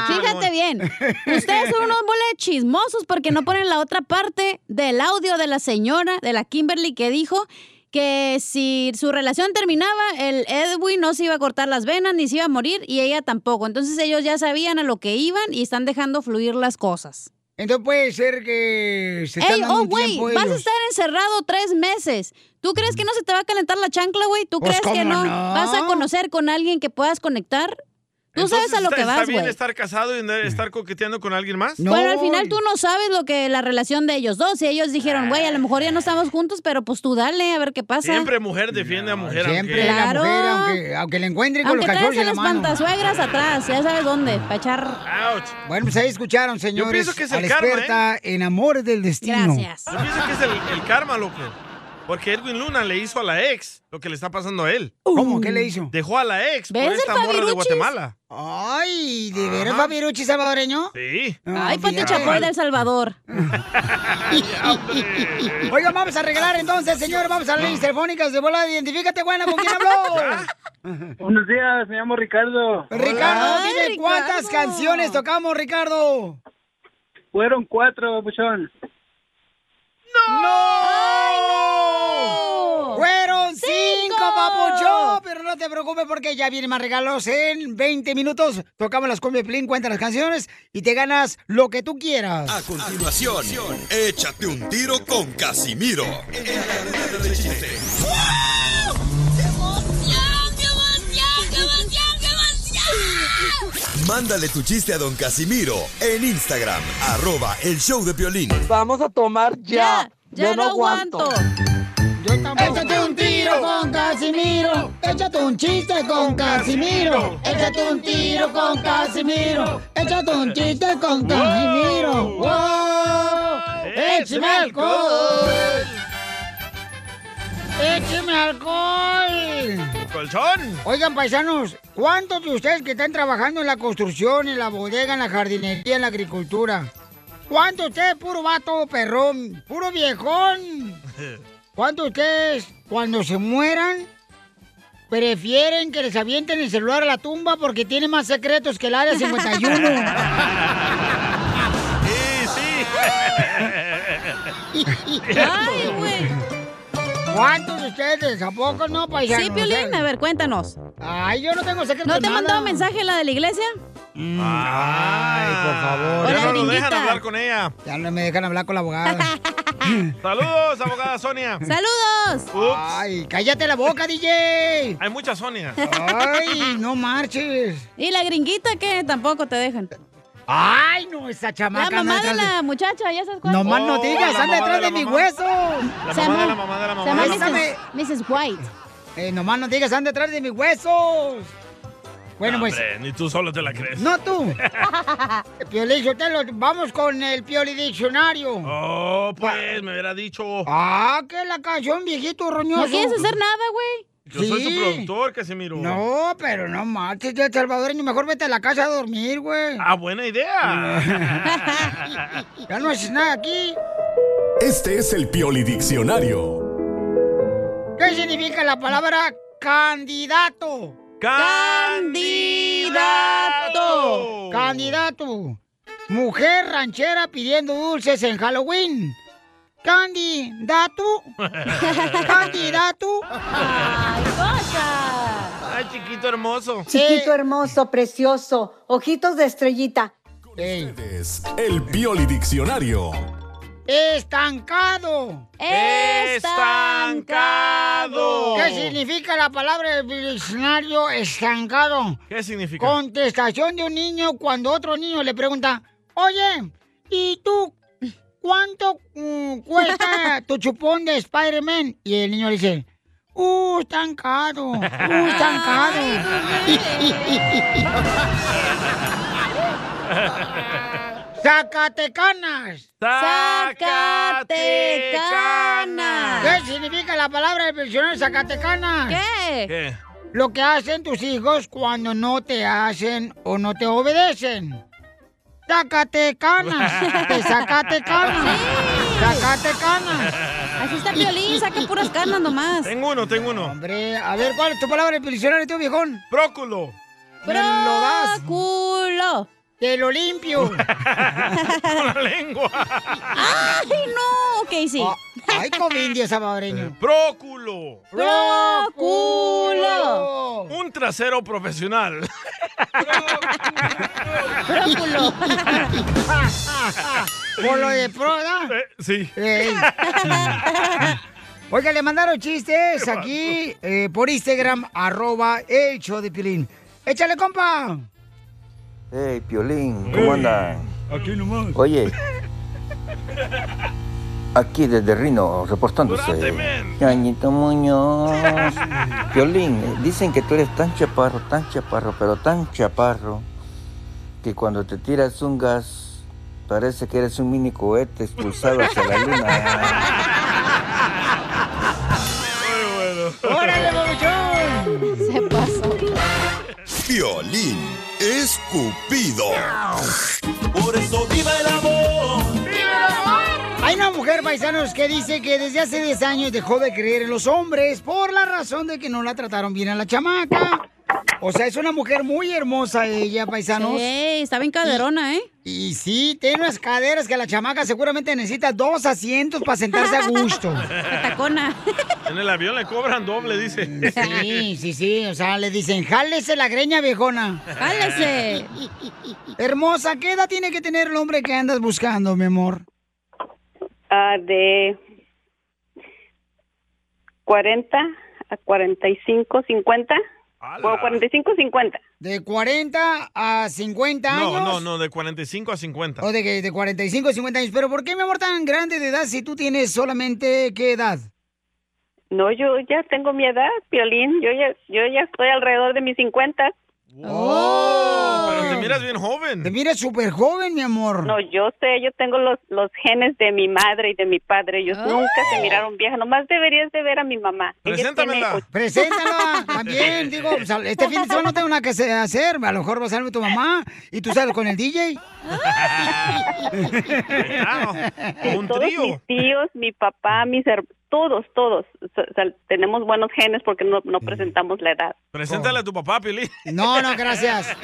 Speaker 4: Fíjate bien. Ustedes son unos bola de chismosos porque no ponen la otra parte del audio de la señora, de la Kimberly, que dijo que si su relación terminaba, el Edwin no se iba a cortar las venas ni se iba a morir y ella tampoco. Entonces ellos ya sabían a lo que iban y están dejando fluir las cosas.
Speaker 2: Entonces puede ser que se están
Speaker 4: Ey,
Speaker 2: dando
Speaker 4: oh,
Speaker 2: un
Speaker 4: güey,
Speaker 2: tiempo
Speaker 4: vas a
Speaker 2: ellos.
Speaker 4: estar encerrado tres meses. ¿Tú crees que no se te va a calentar la chancla, güey? ¿Tú
Speaker 2: Pues,
Speaker 4: crees que
Speaker 2: ¿cómo
Speaker 4: no?
Speaker 2: no?
Speaker 4: ¿Vas a conocer con alguien que puedas conectar? Tú sabes a lo
Speaker 3: está,
Speaker 4: que
Speaker 3: ¿Está
Speaker 4: vas,
Speaker 3: bien
Speaker 4: güey.
Speaker 3: estar casado y andar- estar coqueteando con alguien más?
Speaker 4: Bueno, al final tú no sabes lo que la relación de ellos dos. Y ellos dijeron, güey, a lo mejor ya no estamos juntos, pero pues tú dale, a ver qué pasa.
Speaker 3: Siempre mujer defiende a mujer.
Speaker 2: Siempre
Speaker 3: aunque-
Speaker 2: la mujer, aunque, aunque le encuentren con
Speaker 4: Aunque
Speaker 2: los
Speaker 4: traigas
Speaker 2: calzones
Speaker 4: a
Speaker 2: en la
Speaker 4: las
Speaker 2: mano.
Speaker 4: pantasuegras atrás, ya sabes dónde, para echar...
Speaker 2: Bueno, pues ahí escucharon, señores.
Speaker 3: pienso que es
Speaker 2: a la
Speaker 3: el karma, ¿eh?
Speaker 2: experta en amores del destino.
Speaker 3: Yo pienso que es el, el karma, loco. Porque Edwin Luna le hizo a la ex lo que le está pasando a él.
Speaker 2: ¿Cómo? ¿Qué le hizo?
Speaker 3: Dejó a la ex por
Speaker 2: ¿Ves el
Speaker 3: esta morra de
Speaker 2: Fabiruchis?
Speaker 3: Guatemala.
Speaker 2: Ay, ¿de veras
Speaker 3: Ajá.
Speaker 2: Fabiruchi salvadoreño?
Speaker 3: Sí.
Speaker 2: Ay,
Speaker 4: Pati Chapoy del Salvador.
Speaker 2: Oiga, vamos a regalar entonces, señor. Vamos a las líneas telefónicas de bola. Identifícate, buena, ¿con quién habló?
Speaker 21: Buenos días, me llamo Ricardo.
Speaker 2: Ricardo, dime cuántas canciones tocamos, Ricardo.
Speaker 21: Fueron cuatro, babuchón.
Speaker 2: ¡No! Fueron cinco, papucho. Pero no te preocupes porque ya vienen más regalos en 20 minutos. Tocamos las combi plin, cuentan las canciones y te ganas lo que tú quieras.
Speaker 5: A continuación, échate un tiro con Casimiro. En la Ruleta de chiste. Mándale tu chiste a don Casimiro en Instagram, arroba el show de violín.
Speaker 10: Vamos a tomar ya.
Speaker 5: Ya, ya Yo no no aguanto.
Speaker 2: Échate un tiro con Casimiro. Échate un chiste con Casimiro. Échate un tiro con Casimiro. Échate un chiste con Casimiro. ¡Wow! ¡Échame alcohol! ¡Échame alcohol!
Speaker 3: ¡Colchón!
Speaker 2: Oigan, paisanos, ¿cuántos de ustedes que están trabajando en la construcción, en la bodega, en la jardinería, en la agricultura? ¿Cuántos de ustedes, puro vato, perrón, puro viejón? ¿Cuántos de ustedes, cuando se mueran, prefieren que les avienten el celular a la tumba porque tiene más secretos que el área 51?
Speaker 1: Sí, sí.
Speaker 2: Ay, güey. ¿Cuántos de ustedes? ¿A poco no, paisanos?
Speaker 4: Sí, Piolín, a ver, cuéntanos.
Speaker 2: Ay, yo no tengo secreto
Speaker 4: ¿No te
Speaker 2: nada.
Speaker 4: mandó mensaje la de la iglesia?
Speaker 3: Ay, por favor.
Speaker 2: Hola,
Speaker 3: ya no lo
Speaker 2: gringuita.
Speaker 3: dejan hablar con ella.
Speaker 2: Ya no me dejan hablar con la abogada.
Speaker 3: Saludos, abogada Sonia.
Speaker 2: ¡Saludos! ¡Ay, cállate la boca, DJ!
Speaker 3: Hay muchas Sonias.
Speaker 2: ¡Ay, no marches!
Speaker 4: ¿Y la gringuita que Tampoco te dejan.
Speaker 2: ¡Ay, no, esa chamaca!
Speaker 4: La mamá
Speaker 2: anda
Speaker 4: de
Speaker 2: atrás
Speaker 4: la muchacha, ya sabes cuál.
Speaker 2: No más no digas, anda detrás de, mi hueso.
Speaker 4: Se llama- Se llama Mrs. Mrs. White.
Speaker 2: Eh, nomás no digas, anda detrás de mis huesos. Bueno,
Speaker 3: No,
Speaker 2: pues.
Speaker 3: hombre, ni tú solo te la crees.
Speaker 2: No tú. Piolín, Sotelo, vamos con el Pioli Diccionario.
Speaker 3: Oh, pues, me hubiera dicho.
Speaker 2: Ah, que la canción, viejito roñoso.
Speaker 3: No quieres hacer
Speaker 2: nada, güey.
Speaker 3: Yo soy tu productor, Casimiro.
Speaker 2: No, pero no marches, ya salvadoreño. Mejor vete a la casa a dormir, güey.
Speaker 3: Ah, buena idea.
Speaker 2: Ya no haces nada aquí.
Speaker 22: Este es el Pioli Diccionario.
Speaker 2: ¿Qué significa la palabra candidato? Candidato. Candidato. Mujer ranchera pidiendo dulces en Halloween. Candidato. Candidato.
Speaker 1: Ay,
Speaker 2: cosa!
Speaker 3: Ay, chiquito hermoso. Eh,
Speaker 23: Chiquito hermoso, precioso, ojitos de estrellita.
Speaker 22: Es el Pioli Diccionario.
Speaker 2: Estancado.
Speaker 3: Estancado.
Speaker 2: ¿Qué significa la palabra del diccionario estancado?
Speaker 3: ¿Qué significa?
Speaker 2: Contestación de un niño cuando otro niño le pregunta, oye, ¿y tú cuánto mm, cuesta tu chupón de Spider-Man? Y el niño le dice, ¡uh, tan caro! ¡uh, tan caro! ¡Zacatecanas!
Speaker 1: Zacatecanas.
Speaker 2: ¿Qué significa la palabra del diccionario Zacatecanas?
Speaker 3: ¿Qué?
Speaker 2: Lo que hacen tus hijos cuando no te hacen o no te obedecen. Sácate canas, te sácate canas, sácate canas.
Speaker 3: Así
Speaker 4: está Piolín, saca puras canas nomás.
Speaker 3: Tengo uno, tengo uno.
Speaker 2: Hombre, a ver, ¿cuál es tu palabra del diccionario tú, viejón?
Speaker 3: Próculo.
Speaker 2: Me lo das. Próculo. Te lo limpio.
Speaker 3: la lengua.
Speaker 2: ¡Ay, no! Ok, sí. Ah, ay, como indio salvadoreño.
Speaker 3: Próculo.
Speaker 2: Próculo.
Speaker 3: Un trasero profesional.
Speaker 2: Próculo. Por lo de proda.
Speaker 3: Eh, sí.
Speaker 2: Oiga, le mandaron chistes aquí eh, por Instagram, arroba el show de Pilín. ¡Échale, compa!
Speaker 24: Hey, Piolín, ¿cómo andan?
Speaker 2: Aquí nomás.
Speaker 24: Oye, aquí desde Rino, reportándose. Ñañito Muñoz. Piolín, eh, dicen que tú eres tan chaparro, tan chaparro, pero tan chaparro, que cuando te tiras un gas, parece que eres un mini cohete expulsado hacia la luna.
Speaker 5: Cupido.
Speaker 6: Por eso viva el amor.
Speaker 2: Hay una mujer, paisanos, que dice que desde hace 10 años dejó de creer en los hombres por la razón de que no la trataron bien a la chamaca. O sea, es una mujer muy hermosa ella, paisanos.
Speaker 4: Sí, está bien caderona, ¿eh?
Speaker 2: Y sí, tiene unas caderas que la chamaca seguramente necesita dos asientos para sentarse a gusto.
Speaker 4: Tacona.
Speaker 3: En el avión le cobran doble, dice.
Speaker 2: Sí, sí, sí. O sea, le dicen, jálese la greña, viejona.
Speaker 3: Jálese.
Speaker 2: Hermosa, ¿qué edad tiene que tener el hombre que andas buscando, mi amor?
Speaker 25: Ah, de 40 a 45, 50. O 45, 50.
Speaker 2: ¿De 40 a 50 años?
Speaker 3: No, no, no, de 45 a 50.
Speaker 2: O de, que- de 45 a 50 años. Pero ¿por qué, mi amor, tan grande de edad si tú tienes solamente qué edad?
Speaker 25: No, yo ya tengo mi edad, Piolín. Yo ya, yo ya estoy alrededor de mis 50.
Speaker 2: ¡Oh!
Speaker 3: Pero te miras bien joven.
Speaker 2: Te miras súper joven, mi Oh. amor.
Speaker 25: No, yo sé, yo tengo los, los genes de mi madre y de mi padre.
Speaker 2: Ah.
Speaker 25: Ellos nunca se miraron vieja. Nomás deberías de ver a mi mamá. Ella tiene och-
Speaker 2: Preséntala también. Digo, pues, al- este fin de semana no tengo nada que se- hacer. A lo mejor va a salir tu mamá y tú sales con el DJ.
Speaker 25: Sí, todos mis tíos, mi papá, mis her- todos, todos. O sea, tenemos buenos genes porque no, no presentamos la edad.
Speaker 3: Preséntale a tu papá, Pili.
Speaker 2: No, no, gracias.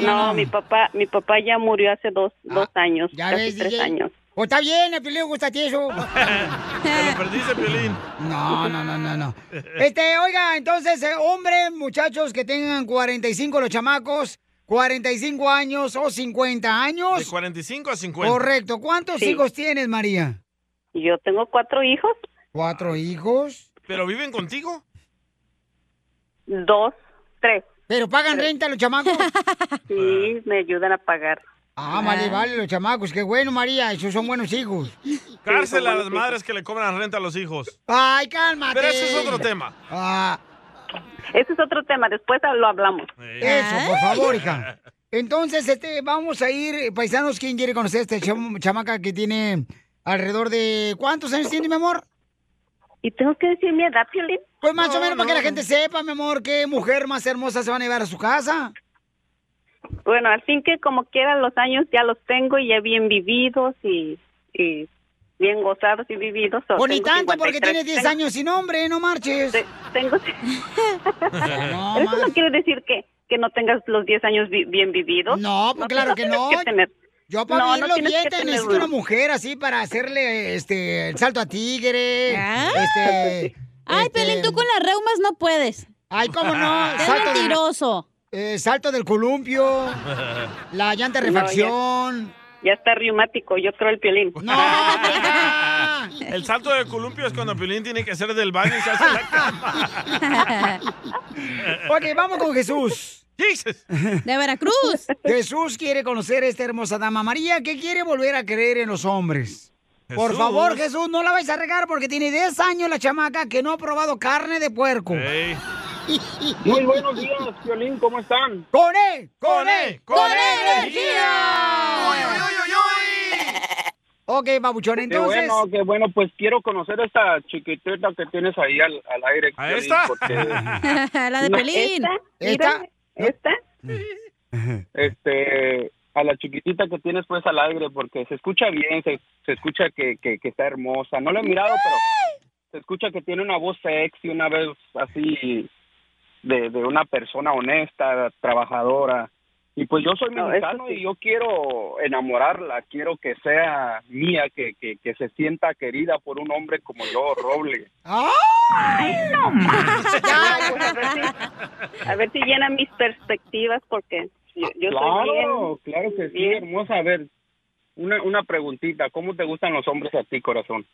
Speaker 2: No, no, no.
Speaker 25: mi papá, mi papá ya murió hace dos, dos años,
Speaker 2: ¿Ya
Speaker 25: casi
Speaker 2: ves,
Speaker 25: tres
Speaker 2: DJ?
Speaker 25: años.
Speaker 2: O está bien, el Piolín le gusta a ti eso.
Speaker 3: Te lo perdiste, Piolín.
Speaker 2: No, no, no, no, no. Este, oiga, entonces, eh, hombres, muchachos que tengan 45 los chamacos, 45 años o 50 años.
Speaker 3: De 45 a 50.
Speaker 2: Correcto. ¿Cuántos
Speaker 3: Sí.
Speaker 2: hijos tienes, María?
Speaker 25: Yo tengo cuatro hijos.
Speaker 2: ¿Cuatro hijos?
Speaker 3: ¿Pero viven contigo?
Speaker 25: Dos, tres.
Speaker 2: ¿Pero pagan renta los chamacos?
Speaker 25: Sí, me ayudan a pagar.
Speaker 2: Ah, vale, vale, los chamacos. Qué bueno, María. Esos son buenos hijos.
Speaker 3: Cárcel a las madres que le cobran renta a los hijos.
Speaker 2: Ay, cálmate.
Speaker 3: Pero ese es otro tema.
Speaker 2: Ah.
Speaker 25: Ese es otro tema, después lo hablamos. Ah.
Speaker 2: Eso, por favor, hija. Entonces, este, vamos a ir, eh, paisanos, ¿quién quiere conocer a esta cham- chamaca que tiene alrededor de... ¿Cuántos años tiene, mi amor?
Speaker 25: ¿Y tengo que decir mi edad, Piolín?
Speaker 2: Pues más
Speaker 25: No,
Speaker 2: o menos para que
Speaker 25: no.
Speaker 2: la gente sepa, mi amor, qué mujer más hermosa se van a llevar a su casa.
Speaker 25: Bueno, al fin que como quiera los años ya los tengo y ya bien vividos y, y bien gozados y vividos. So,
Speaker 2: O Pues ni
Speaker 25: tengo
Speaker 2: tanto, porque
Speaker 25: 53.
Speaker 2: tienes 10
Speaker 25: Tengo-
Speaker 2: años sin hombre, no marches.
Speaker 25: Tengo... Pero eso no quiere decir que, que no tengas los 10 años vi- bien vividos.
Speaker 2: No, pues, claro que
Speaker 25: tienes
Speaker 2: no.
Speaker 25: tener-
Speaker 2: Yo para
Speaker 25: No,
Speaker 2: vivir
Speaker 25: no
Speaker 2: los
Speaker 25: tienes que
Speaker 2: billetes
Speaker 25: tener
Speaker 2: necesito
Speaker 25: uno.
Speaker 2: una mujer así para hacerle este el salto a tigre.
Speaker 4: Ah.
Speaker 2: Este,
Speaker 4: Ay, Pelín, tú con las reumas no puedes.
Speaker 2: Ay, ¿cómo no?
Speaker 4: Es
Speaker 2: Salto del-
Speaker 4: mentiroso.
Speaker 2: eh, salto del columpio, la llanta de
Speaker 25: No, ya-
Speaker 2: refacción.
Speaker 25: Ya está reumático, yo creo el piolín.
Speaker 3: El salto de columpio es cuando Piolín tiene que hacer del baño y se hace la cama.
Speaker 2: ok, vamos con Jesús.
Speaker 4: De Veracruz.
Speaker 2: Jesús quiere conocer a esta hermosa dama María que quiere volver a creer en los hombres. Por
Speaker 1: Jesús.
Speaker 2: favor, Jesús, no la vais a regar porque tiene 10 años la chamaca que no ha probado carne de puerco.
Speaker 8: Muy buenos días, Piolín, ¿cómo están?
Speaker 2: ¡Con E, él!
Speaker 8: ¡Con él! ¡Con
Speaker 2: energía! Ok, babuchón, entonces...
Speaker 8: Qué bueno, qué bueno, pues quiero conocer a esta chiquitita que tienes ahí al, al aire.
Speaker 3: ¿A
Speaker 8: Piolín,
Speaker 3: esta?
Speaker 8: porque-
Speaker 4: la de
Speaker 8: No,
Speaker 4: Pelín.
Speaker 8: ¿Esta?
Speaker 25: ¿Esta?
Speaker 8: Este, a la chiquitita que tienes pues al aire, porque se escucha bien, se, se escucha que, que, que está hermosa. No la he mirado, pero se escucha que tiene una voz sexy, una voz así de, de una persona honesta, trabajadora. Y pues yo soy
Speaker 25: No, eso
Speaker 8: mexicano
Speaker 25: sí.
Speaker 8: y yo quiero enamorarla, quiero que sea mía, que, que, que se sienta querida por un hombre como yo, Roble.
Speaker 25: ¡Ay, no más! a, ver si, a ver si llena mis perspectivas porque yo, yo soy bien...
Speaker 8: claro, claro que sí, hermosa. A ver, una, una preguntita, ¿cómo te gustan los hombres a ti, corazón?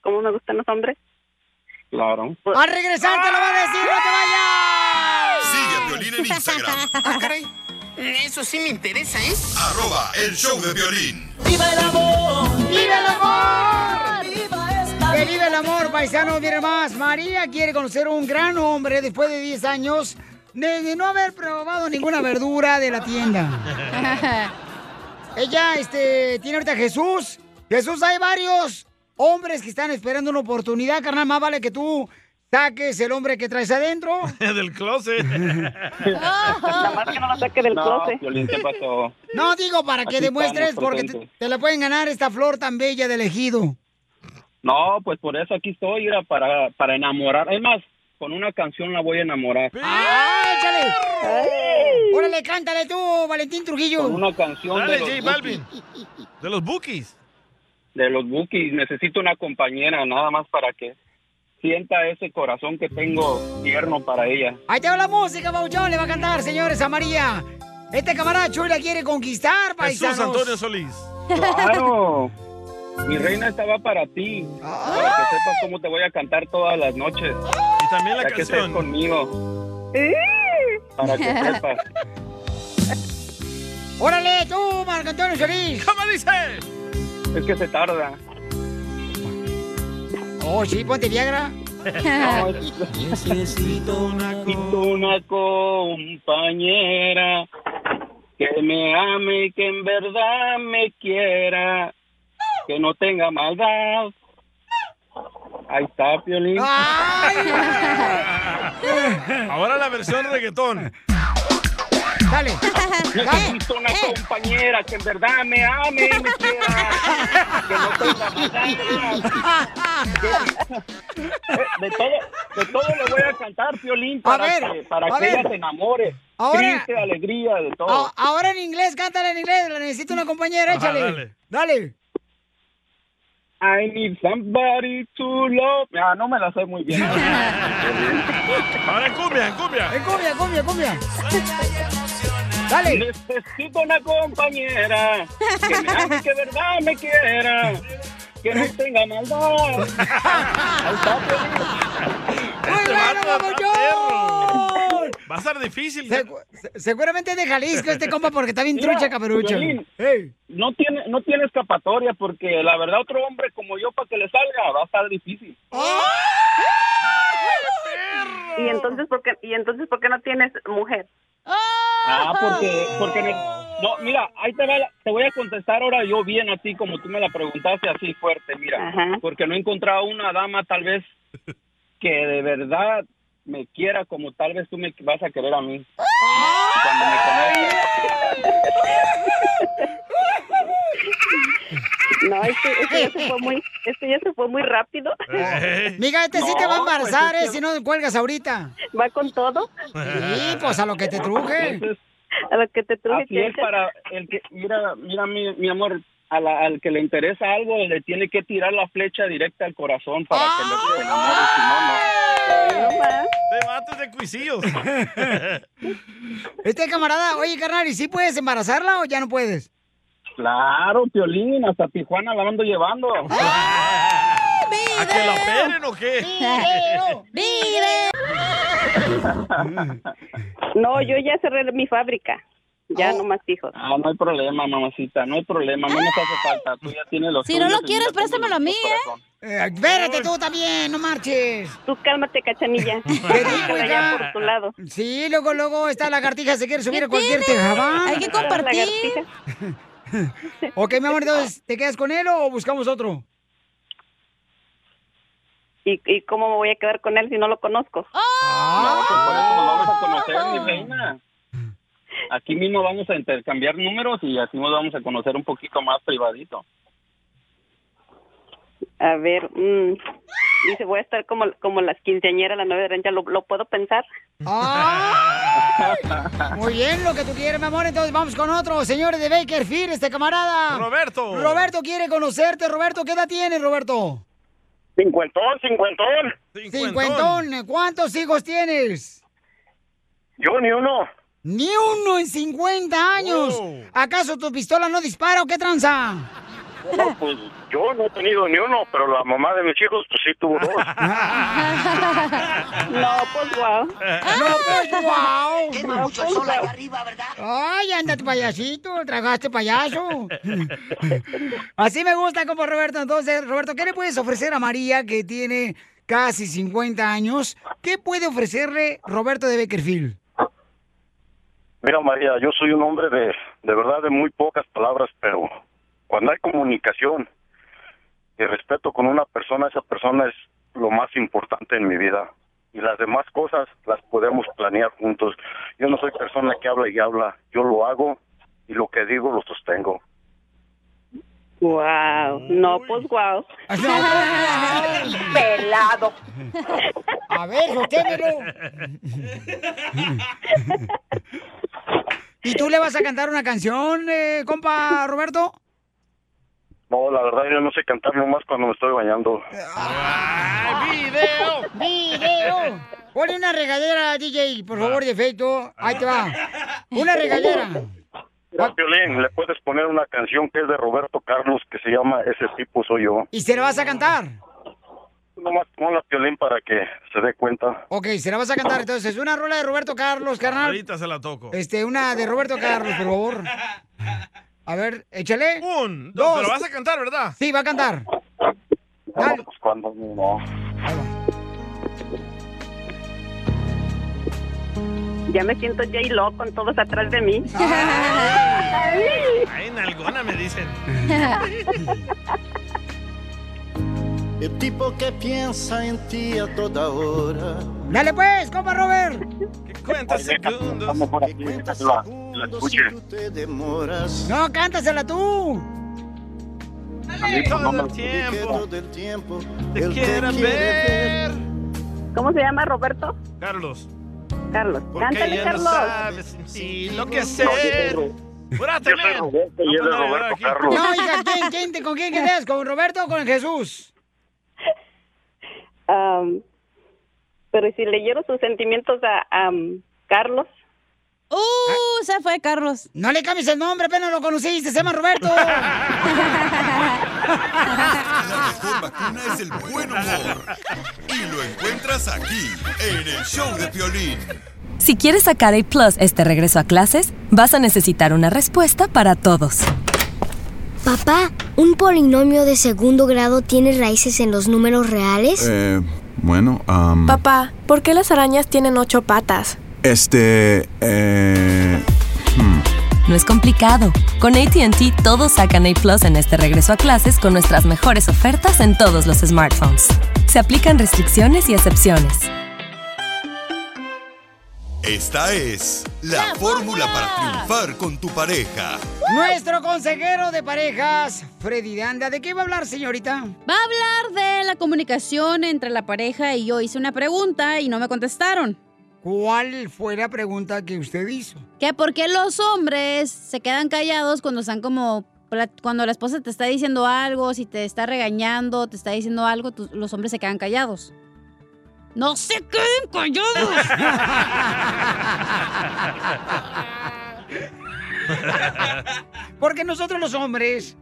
Speaker 25: ¿Cómo me gustan los hombres?
Speaker 8: Claro.
Speaker 25: Pues,
Speaker 2: Al regresar te lo van a decir, no
Speaker 5: Sigue
Speaker 2: te vayas.
Speaker 5: a Piolín en Instagram.
Speaker 1: Ah, Eso sí me interesa, ¿eh?
Speaker 5: Arroba el show de violín.
Speaker 1: ¡Viva el amor!
Speaker 2: ¡Viva el amor!
Speaker 1: ¡Viva
Speaker 2: Que vive el amor, paisano, viene más. María quiere conocer un gran hombre después de 10 años de, de no haber probado ninguna verdura de la tienda. Ella, este, tiene ahorita a Jesús. Jesús, hay varios hombres que están esperando una oportunidad, carnal, más vale que tú saques el hombre que traes adentro.
Speaker 3: Del closet.
Speaker 25: Nada más que no lo saque del
Speaker 8: no,
Speaker 25: closet.
Speaker 8: Piolín, ¿qué pasó?
Speaker 2: No, digo para que
Speaker 8: Aquí
Speaker 2: demuestres,
Speaker 8: estamos
Speaker 2: porque te,
Speaker 8: presentes.
Speaker 2: te la pueden ganar esta flor tan bella del ejido.
Speaker 8: No, pues por eso aquí estoy, era para, para enamorar. Es más, con una canción la voy a enamorar.
Speaker 2: ¡Ah, échale! ¡Órale, cántale tú, Valentín Trujillo!
Speaker 8: Con una canción
Speaker 3: Dale,
Speaker 8: de los
Speaker 3: J Balvin. De los Bookies.
Speaker 8: de los Bookies. Necesito una compañera nada más para que sienta ese corazón que tengo tierno para ella.
Speaker 2: Ahí te va la música, Pauchón, le va a cantar, señores, a María. Este camarada Chuy la quiere conquistar, paisanos.
Speaker 3: Jesús Antonio Solís.
Speaker 8: Claro. Mi reina estaba para ti, para que sepas cómo te voy a cantar todas las noches. Y
Speaker 3: también
Speaker 8: la que estés
Speaker 3: canción.
Speaker 8: conmigo,
Speaker 1: ¿Eh?
Speaker 8: para que sepas.
Speaker 2: ¡Órale, tú, Marco Antonio Solís!
Speaker 3: ¿Cómo dice?
Speaker 8: Es que se tarda.
Speaker 2: Oh, sí, ponte Viagra.
Speaker 8: Necesito una, compañera que me ame y que en verdad me quiera, que no tenga maldad. Ahí está, Piolín.
Speaker 3: Ahora la versión reggaetón.
Speaker 2: Dale.
Speaker 8: Necesito una compañera que en verdad me ame y me quiera, que no tenga maldad. Eh, De todo, de todo le voy a cantar, Piolín, para
Speaker 2: ver,
Speaker 8: que, para
Speaker 2: a
Speaker 8: que
Speaker 2: ver.
Speaker 8: ella se enamore.
Speaker 2: Ahora- Ah,
Speaker 8: Triste, alegría, de todo.
Speaker 2: A- ahora en inglés, cántale en inglés. Le necesito una compañera,
Speaker 8: Ajá,
Speaker 2: échale.
Speaker 8: dale.
Speaker 2: dale.
Speaker 8: I need somebody to love. Ah, no me la sé muy bien.
Speaker 3: Ahora en cumbia, en cumbia.
Speaker 2: En cumbia, cumbia, cumbia. Dale.
Speaker 8: Necesito una compañera que me ame, que de verdad me quiera, que no tenga maldad. Ahí está, pues.
Speaker 3: Este
Speaker 2: bueno,
Speaker 3: vato está perro.
Speaker 2: Papuchón!
Speaker 3: Va a estar difícil.
Speaker 2: Se- seguramente es de Jalisco este compa porque está bien
Speaker 8: Mira,
Speaker 2: trucha, caperucho.
Speaker 8: Piolín, No tiene, no tiene escapatoria porque la verdad otro hombre como yo para que le salga va a estar difícil.
Speaker 25: ¡Ah! Y entonces, ¿por qué, y entonces, ¿por qué no tienes mujer?
Speaker 8: Ah, porque, porque me- no, mira, ahí te, va la- te voy a contestar ahora yo bien así como tú me la preguntaste así fuerte, mira, porque no he encontrado una dama tal vez que de verdad me quiera como tal vez tú me vas a querer a mí. Cuando me conozcas.
Speaker 25: No, este, este ya se fue muy, este ya se fue muy rápido.
Speaker 2: Miga, este sí te va a
Speaker 25: Eh. No, pues,
Speaker 2: embarazar,
Speaker 25: este-
Speaker 2: eh, si no cuelgas ahorita.
Speaker 25: Va con todo.
Speaker 2: Sí, pues a lo que te truje.
Speaker 8: Entonces,
Speaker 25: A lo que te truje.
Speaker 8: Así es para el que, mira, mira mi, mi amor, a la- al que le interesa algo le tiene que tirar la flecha directa al corazón para que
Speaker 2: Oh.
Speaker 8: lo se enamore, si no, no.
Speaker 3: Te matas de cuisillos.
Speaker 2: Este camarada, oye, carnal, ¿y sí puedes embarazarla o ya no puedes?
Speaker 8: Claro, Piolín, hasta Tijuana la ando llevando.
Speaker 2: Ah,
Speaker 3: ¿A que la operen o qué?
Speaker 25: No, yo ya cerré mi fábrica. Ya no más hijos.
Speaker 8: Ah, no hay problema, mamacita, no hay problema, no nos hace falta, tú ya tienes los
Speaker 25: Si no
Speaker 8: tuyos
Speaker 25: lo
Speaker 8: y
Speaker 25: quieres,
Speaker 8: yo tengo
Speaker 25: préstamelo
Speaker 8: los
Speaker 25: a mí,
Speaker 8: míos, corazón.
Speaker 2: Eh, espérate tú también, no marches.
Speaker 25: Tú cálmate, cachanilla.
Speaker 2: Te digo
Speaker 25: Por allá, por
Speaker 2: ya.
Speaker 25: tu lado.
Speaker 2: Sí, luego, luego, esta lagartija se quiere subir
Speaker 25: ¿Qué
Speaker 2: a cualquier
Speaker 25: tiene?
Speaker 2: tejabán.
Speaker 25: Hay que compartir.
Speaker 2: ok, mi amor, entonces, ¿te quedas con él o buscamos otro?
Speaker 25: ¿Y, ¿Y cómo me voy a quedar con él si no lo conozco?
Speaker 8: No, pues por eso nos vamos a conocer, mi reina. Aquí mismo vamos a intercambiar números y así nos vamos a conocer un poquito más privadito.
Speaker 25: A ver, mm, dice, voy a estar como, como las quinceañeras, la novia de rancha, ¿lo, lo puedo pensar?
Speaker 2: Muy bien, lo que tú quieres, mi amor. Entonces vamos con otro, señores de Bakerfield, este camarada.
Speaker 3: Roberto.
Speaker 2: Roberto quiere conocerte. Roberto, ¿qué edad tienes, Roberto?
Speaker 11: Cincuentón, cincuentón.
Speaker 2: Cincuentón. ¿Cuántos hijos tienes?
Speaker 11: Yo ni uno.
Speaker 2: Ni uno en 50 años. ¿Acaso tu pistola no dispara o qué tranza?
Speaker 11: No, pues yo no he tenido ni uno, pero la mamá de mis hijos, pues sí tuvo dos.
Speaker 25: No, pues wow.
Speaker 2: No, pues wow.
Speaker 11: Qué
Speaker 2: No,
Speaker 11: mucho
Speaker 2: pues,
Speaker 11: sol ahí
Speaker 2: guau. Ay, andate payasito, tragaste payaso. Así me gusta como Roberto. Entonces, Roberto, ¿qué le puedes ofrecer a María que tiene casi 50 años? ¿Qué puede ofrecerle Roberto de Beckerfield?
Speaker 11: Mira, María, yo soy un hombre de, de verdad de muy pocas palabras, pero cuando hay comunicación y respeto con una persona, esa persona es lo más importante en mi vida. y las demás cosas las podemos planear juntos. Yo no soy persona que habla y habla, yo lo hago y lo que digo lo sostengo.
Speaker 25: Wow, no, pues wow. Pelado.
Speaker 2: A ver, soténelo. ¿Y tú le vas a cantar una canción, eh, compa Roberto?
Speaker 11: No, la verdad yo no sé cantar nomás cuando me estoy bañando.
Speaker 2: ¡Video! ¡Video! Ponle una regadera, DJ, por favor, de efecto. Ahí te va. Una regadera.
Speaker 11: Mira, Piolín, le puedes poner una canción que es de Roberto Carlos que se llama Ese tipo soy yo.
Speaker 2: ¿Y se la vas a cantar?
Speaker 11: Nomás ponla Piolín para que se dé cuenta.
Speaker 2: Ok, se la vas a cantar entonces. Una rola de Roberto Carlos, carnal.
Speaker 3: Ahorita se la toco.
Speaker 2: Este, una de Roberto Carlos, por favor. A ver, échale. Un,
Speaker 3: No, pero vas a cantar, ¿verdad?
Speaker 2: Sí, va a cantar.
Speaker 11: No, pues cuando no.
Speaker 25: Ya me siento J Lo con todos atrás de mí.
Speaker 3: Ay, nalgona me dicen.
Speaker 12: El tipo que piensa en ti a toda hora.
Speaker 2: Dale pues, compa Robert.
Speaker 12: Cuenta segundos. Cuenta segundos si tú te demoras.
Speaker 2: No, cántasela tú.
Speaker 12: Todo el tiempo. del tiempo.
Speaker 3: Te
Speaker 12: él
Speaker 3: quiero
Speaker 12: quiere
Speaker 3: ver.
Speaker 25: ¿Cómo se llama Roberto?
Speaker 3: Carlos.
Speaker 25: Carlos.
Speaker 3: Porque
Speaker 25: Cántale,
Speaker 3: ya no
Speaker 25: Carlos.
Speaker 3: sabes si lo que sé.
Speaker 11: Yo soy Roberto y él es Roberto Carlos.
Speaker 2: No, hija, ¿quién, quién te- ¿con quién quedas? ¿Con Roberto o con Jesús?
Speaker 25: Am, pero si leyeron sus sentimientos a am, Carlos.
Speaker 2: ¡Uh! Se fue Carlos. No le cambies el nombre, apenas lo conociste, se llama Roberto.
Speaker 5: La mejor vacuna es el buen humor. Y lo encuentras aquí, en el show de Piolín.
Speaker 13: Si quieres sacar A Plus este regreso a clases, vas a necesitar una respuesta para todos.
Speaker 14: Papá, ¿un polinomio de segundo grado tiene raíces en los números reales?
Speaker 15: Eh, bueno, um, am,
Speaker 14: Papá, ¿por qué las arañas tienen ocho patas?
Speaker 15: este, eh, hmm,
Speaker 13: No es complicado. Con ATT todos sacan A Plus en este regreso a clases con nuestras mejores ofertas en todos los smartphones. Se aplican restricciones y excepciones.
Speaker 5: Esta es la, fórmula para triunfar con tu pareja.
Speaker 2: Nuestro consejero de parejas, Freddy de Anda. ¿De qué va a hablar, señorita?
Speaker 4: Va a hablar de la comunicación entre la pareja y yo hice una pregunta y no me contestaron.
Speaker 2: ¿Cuál fue la pregunta que usted hizo?
Speaker 4: Que por qué los hombres se quedan callados cuando están como pla- cuando la esposa te está diciendo algo, si te está regañando, te está diciendo algo, tú- los hombres se quedan callados. No se queden
Speaker 2: Porque nosotros los hombres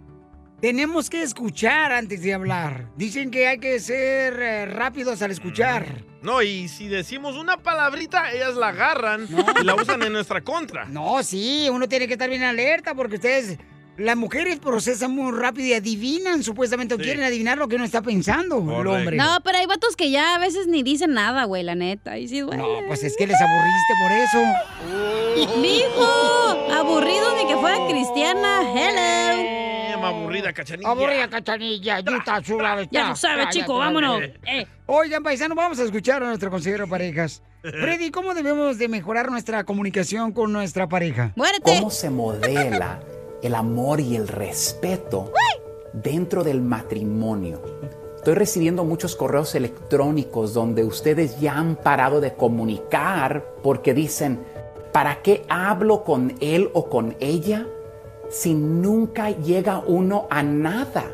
Speaker 2: tenemos que escuchar antes de hablar. Dicen que hay que ser eh, rápidos al escuchar.
Speaker 3: No, y si decimos una palabrita, ellas la agarran y la usan en nuestra contra.
Speaker 2: No, Oh, sí, uno tiene que estar bien alerta porque ustedes, las mujeres procesan muy rápido y adivinan supuestamente o quieren adivinar lo que uno está pensando, el hombre.
Speaker 4: No, pero hay vatos que ya a veces ni dicen nada, güey, la neta. Y sí, güey.
Speaker 2: No, pues es que les aburriste por eso.
Speaker 4: ¡Mijo! Aburrido ni que fuera cristiana. Hello.
Speaker 3: Aburrida, cachanilla.
Speaker 2: Aburrida cachanilla, yuta chula,
Speaker 4: Ya lo sabe, chico, vámonos. Eh.
Speaker 2: Oigan, paisano, vamos a escuchar a nuestro consejero de parejas. Freddy, ¿cómo debemos de mejorar nuestra comunicación con nuestra pareja?
Speaker 26: ¿Cómo se modela el amor y el respeto dentro del matrimonio? Estoy recibiendo muchos correos electrónicos donde ustedes ya han parado de comunicar porque dicen, ¿para qué hablo con él o con ella si nunca llega uno a nada?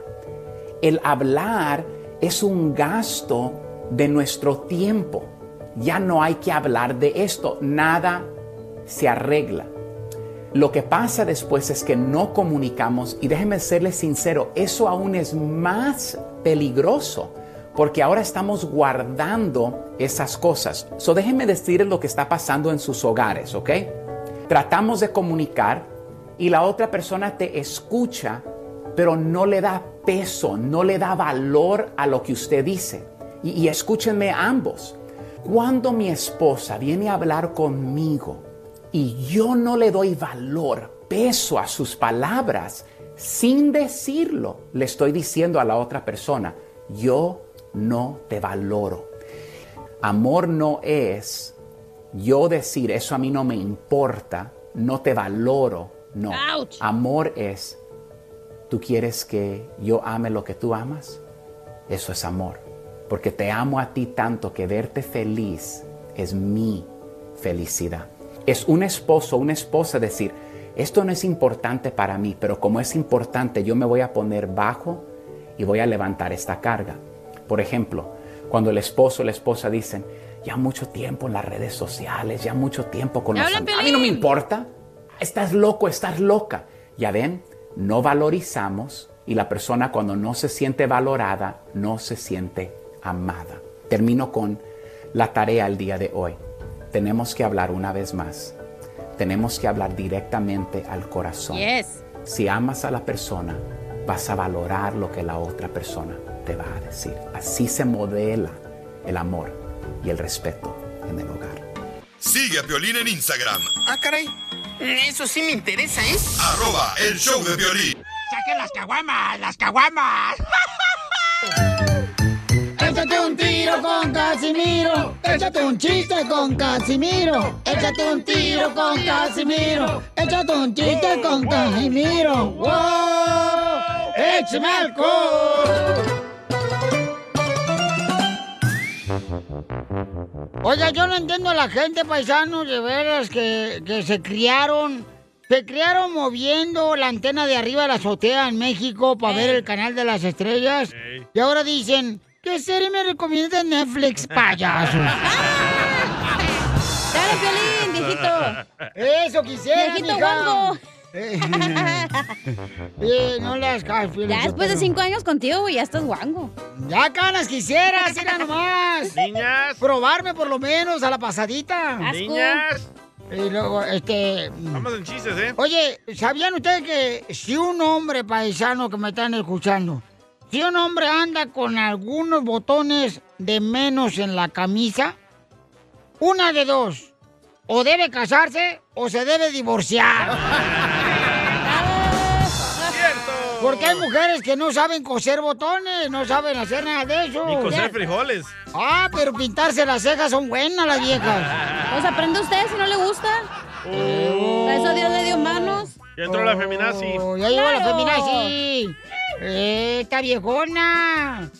Speaker 26: El hablar es un gasto de nuestro tiempo. Ya no hay que hablar de esto. Nada se arregla. Lo que pasa después es que no comunicamos y déjenme serles sincero, eso aún es más peligroso porque ahora estamos guardando esas cosas. So déjenme decirles lo que está pasando en sus hogares, ¿ok? Tratamos de comunicar y la otra persona te escucha, pero no le da peso, no le da valor a lo que usted dice. Y, y escúchenme ambos. Cuando mi esposa viene a hablar conmigo, y yo no le doy valor, peso a sus palabras, sin decirlo, le estoy diciendo a la otra persona, yo no te valoro. Amor no es yo decir, eso a mí no me importa, no te valoro. No.
Speaker 4: Ouch.
Speaker 26: Amor es, ¿tú quieres que yo ame lo que tú amas? Eso es amor. Porque te amo a ti tanto que verte feliz es mi felicidad. Es un esposo, una esposa decir, esto no es importante para mí, pero como es importante, yo me voy a poner bajo y voy a levantar esta carga. Por ejemplo, cuando el esposo o la esposa dicen, ya mucho tiempo en las redes sociales, ya mucho tiempo con los
Speaker 4: ¡Habla,
Speaker 26: am- A mí no me importa. Estás loco, estás loca. Ya ven, no valorizamos y la persona cuando no se siente valorada, no se siente amada. Termino con la tarea el día de hoy. Tenemos que hablar una vez más. Tenemos que hablar directamente al corazón.
Speaker 4: Yes.
Speaker 26: Si amas a la persona, vas a valorar lo que la otra persona te va a decir. Así se modela el amor y el respeto en el hogar.
Speaker 5: Sigue a Violín en Instagram,
Speaker 1: Ah, caray. Eso sí me interesa, ¿eh?
Speaker 5: arroba el show de violín.
Speaker 12: Ah,
Speaker 1: ¡Saquen las caguamas! ¡Las caguamas!
Speaker 2: Échate un tiro con Casimiro. Échate un chiste con Casimiro. Échate un tiro con Casimiro. Échate un chiste con Casimiro. ¡Wow! ¡Échame alcohol! Oiga, yo no entiendo a la gente, paisanos, de veras, que, que se criaron. Se criaron moviendo la antena de arriba de la azotea en México para ver el canal de las estrellas.
Speaker 1: Ey.
Speaker 2: Y ahora dicen, ¿qué serie me recomienda Netflix, payasos?
Speaker 1: ¡Dale, Piolín,
Speaker 2: Eso quisiera,
Speaker 4: Viejito
Speaker 2: mija.
Speaker 4: guango.
Speaker 2: Eh, no las hagas, Piolín
Speaker 4: Ya después de
Speaker 2: Sotelo.
Speaker 4: cinco años contigo, güey, ya estás guango.
Speaker 2: Ya canas quisieras, era nomás.
Speaker 3: Niñas.
Speaker 2: Probarme por lo menos a la pasadita.
Speaker 3: Asco. Niñas.
Speaker 2: Y luego, este.
Speaker 3: Vamos en chistes, ¿eh?
Speaker 2: Oye, ¿sabían ustedes que si un hombre paisano que me están escuchando, si un hombre anda con algunos botones de menos en la camisa, una de dos, o debe casarse o se debe divorciar. Porque hay mujeres que no saben coser botones, no saben hacer nada de eso.
Speaker 3: Ni cocer frijoles.
Speaker 2: Ah, pero pintarse las cejas son buenas las viejas.
Speaker 4: Pues aprende usted si no le gusta. Para eso Dios le dio manos.
Speaker 3: Ya entró la feminazi.
Speaker 2: Oh, ya llegó la
Speaker 4: Claro.
Speaker 2: feminazi. Eh, Esta viejona.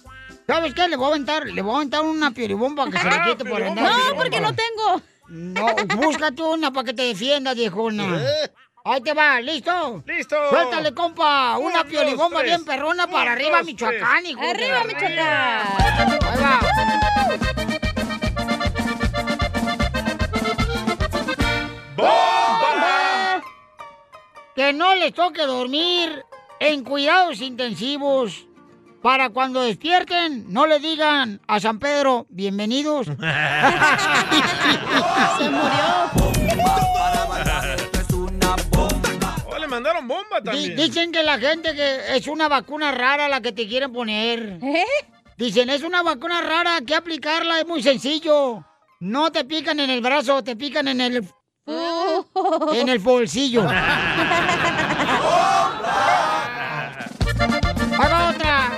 Speaker 2: ¿Sabes qué? Le voy a aventar, le voy a aventar una pioribomba que se
Speaker 3: Ah,
Speaker 2: le quite por andar.
Speaker 4: No, porque no tengo.
Speaker 2: No, búscate una para que te defienda, viejona.
Speaker 4: Eh.
Speaker 2: Ahí te va, ¿listo?
Speaker 3: ¡Listo!
Speaker 2: ¡Suéltale, compa! Una
Speaker 4: dos,
Speaker 2: pioribomba
Speaker 4: tres.
Speaker 2: bien perrona para
Speaker 4: Un,
Speaker 2: arriba,
Speaker 4: dos,
Speaker 2: Michoacán, hijo. de
Speaker 4: Arriba,
Speaker 2: la-
Speaker 4: Michoacán.
Speaker 2: Ahí va. Que no les toque dormir en cuidados intensivos. Para cuando despierten, no le digan a San Pedro, bienvenidos. Se
Speaker 3: Oh, le mandaron bomba también.
Speaker 2: Dicen que la gente que es una vacuna rara la que te quieren poner. Dicen, es una vacuna rara, que aplicarla es muy sencillo. No te pican en el brazo, te pican en el... En el bolsillo. Haga otra.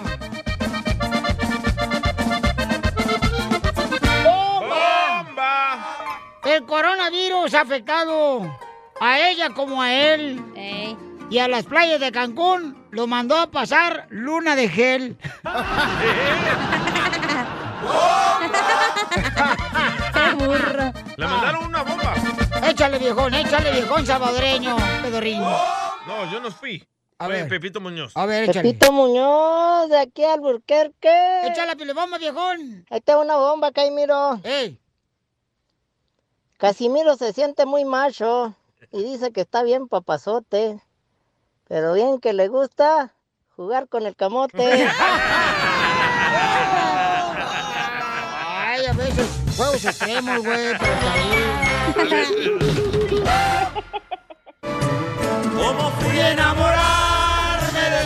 Speaker 2: ¡Bomba! El coronavirus ha afectado a ella como a él. Y a las playas de Cancún lo mandó a pasar luna de gel.
Speaker 3: Le mandaron una bomba.
Speaker 2: Échale viejón, échale viejón salvadoreño, pedorrín.
Speaker 3: No, yo no fui. Fue Pepito Muñoz.
Speaker 2: A ver, échale.
Speaker 16: Pepito Muñoz, de aquí al Burquerque.
Speaker 2: Echa la pilebomba, viejón.
Speaker 16: Ahí está una bomba, Caimiro.
Speaker 2: ¡Ey!
Speaker 16: Casimiro se siente muy macho y dice que está bien papazote, pero bien que le gusta jugar con el camote.
Speaker 2: Ay, a veces juegos extremos, güey. pero está bien.
Speaker 1: Fui a enamorarme de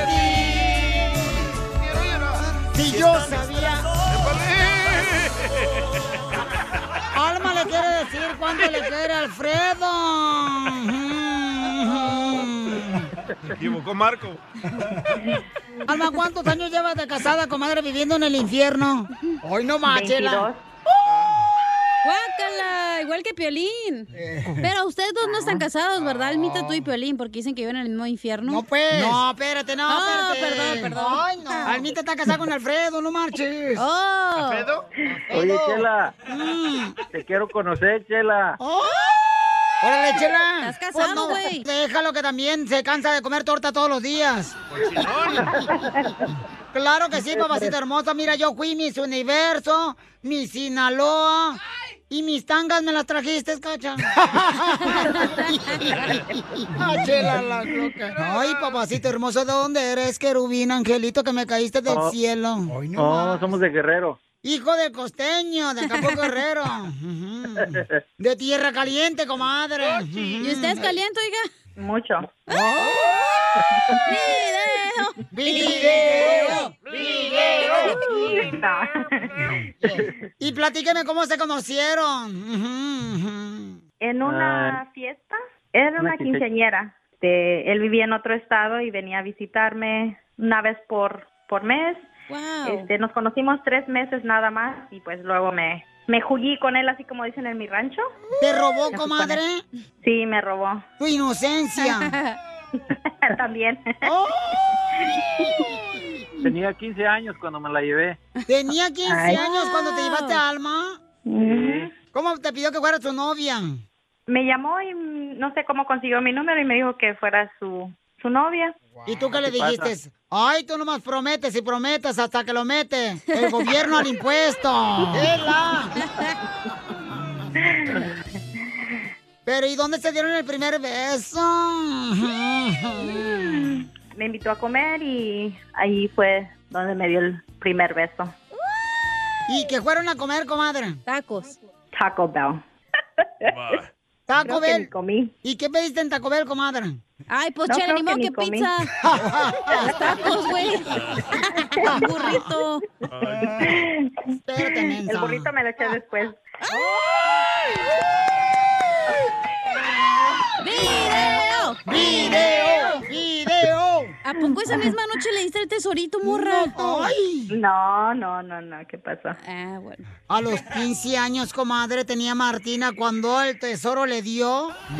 Speaker 2: Si yo sabía. Alma le quiere decir cuánto le quiere a Alfredo.
Speaker 3: Se equivocó Marco.
Speaker 2: Alma, ¿cuántos años llevas de casada, comadre, viviendo en el infierno? Hoy no más,
Speaker 4: ¡Oh!
Speaker 2: Chela.
Speaker 4: Guácala, igual que Piolín.
Speaker 2: Eh.
Speaker 4: Pero ustedes dos no están
Speaker 2: Ah.
Speaker 4: casados, ¿verdad? Almita, tú y Piolín, porque dicen que viven en el mismo infierno. No,
Speaker 2: pues. No, espérate, no,
Speaker 4: Ah,
Speaker 2: espérate.
Speaker 4: perdón, perdón.
Speaker 2: Ay, no. Almita está casada con Alfredo, no marches.
Speaker 4: Oh.
Speaker 2: ¿Alfredo?
Speaker 8: Oye, Chela,
Speaker 2: Mm.
Speaker 8: te quiero conocer, Chela.
Speaker 2: órale, Chela. Pues
Speaker 4: Estás casado,
Speaker 2: no,
Speaker 4: güey.
Speaker 2: déjalo que también se cansa de comer torta todos los días. Claro que sí, papacita hermosa. Mira, yo fui mis Universo, mis Sinaloa. Y mis tangas me las trajiste, cacha. Ah, chela la loca. Ay, papacito hermoso, ¿de dónde eres, querubín, angelito, que me caíste del
Speaker 8: Oh.
Speaker 2: cielo?
Speaker 8: No, somos de Guerrero.
Speaker 2: Hijo de costeño, de Acapulco Herrero. Ujú. De tierra caliente, comadre. ¿Y
Speaker 4: usted es caliente, oiga? ¡Oh!
Speaker 2: Mucho.
Speaker 4: ¡Video!
Speaker 2: ¡Video! Y platíqueme cómo se conocieron.
Speaker 9: En una
Speaker 2: Ah.
Speaker 9: fiesta, era
Speaker 2: Una
Speaker 9: una
Speaker 2: quince-
Speaker 9: quinceañera. Este, él vivía en otro estado y venía a visitarme una vez por, por mes. Este, nos conocimos tres meses nada más y pues luego me, me jugué con él, así como dicen en mi rancho.
Speaker 2: ¿Te robó,
Speaker 9: Me jugué con él.
Speaker 2: comadre?
Speaker 9: Sí, me robó.
Speaker 2: Tu inocencia.
Speaker 9: También.
Speaker 2: Oh.
Speaker 8: Tenía 15 años cuando me la llevé.
Speaker 2: Tenía 15
Speaker 8: Ay.
Speaker 2: años cuando te llevaste a Alma.
Speaker 1: Mm.
Speaker 2: ¿Cómo te pidió que fuera tu novia?
Speaker 9: Me llamó y mm, no sé cómo consiguió mi número y me dijo que fuera su, su novia.
Speaker 2: ¿Y tú qué le dijiste? Ay, tú nomás prometes y prometes hasta que lo mete el gobierno al impuesto. ¡Ela! Pero ¿y dónde se dieron el primer beso?
Speaker 9: Me invitó a comer y ahí fue donde me dio el primer beso.
Speaker 2: ¿Y qué fueron a comer, comadre?
Speaker 4: Tacos.
Speaker 9: Taco Bell.
Speaker 2: Taco
Speaker 9: Creo que
Speaker 2: Bell.
Speaker 9: ni comí.
Speaker 2: ¿Y qué pediste en Taco Bell, comadre?
Speaker 4: Ay, pues
Speaker 2: No,
Speaker 4: chela,
Speaker 2: creo
Speaker 4: ni modo
Speaker 2: que
Speaker 4: que,
Speaker 2: ni comí.
Speaker 4: pizza. Los tacos, güey. Burrito.
Speaker 9: El burrito me lo eché después.
Speaker 4: ¡Video!
Speaker 9: ¡Video!
Speaker 2: ¡Video!
Speaker 4: ¿A poco esa misma noche le diste el tesorito, morra?
Speaker 9: No, no, no, no, ¿qué pasó?
Speaker 4: Ah, bueno.
Speaker 2: A los 15 años, comadre, tenía Martina cuando el tesoro le dio.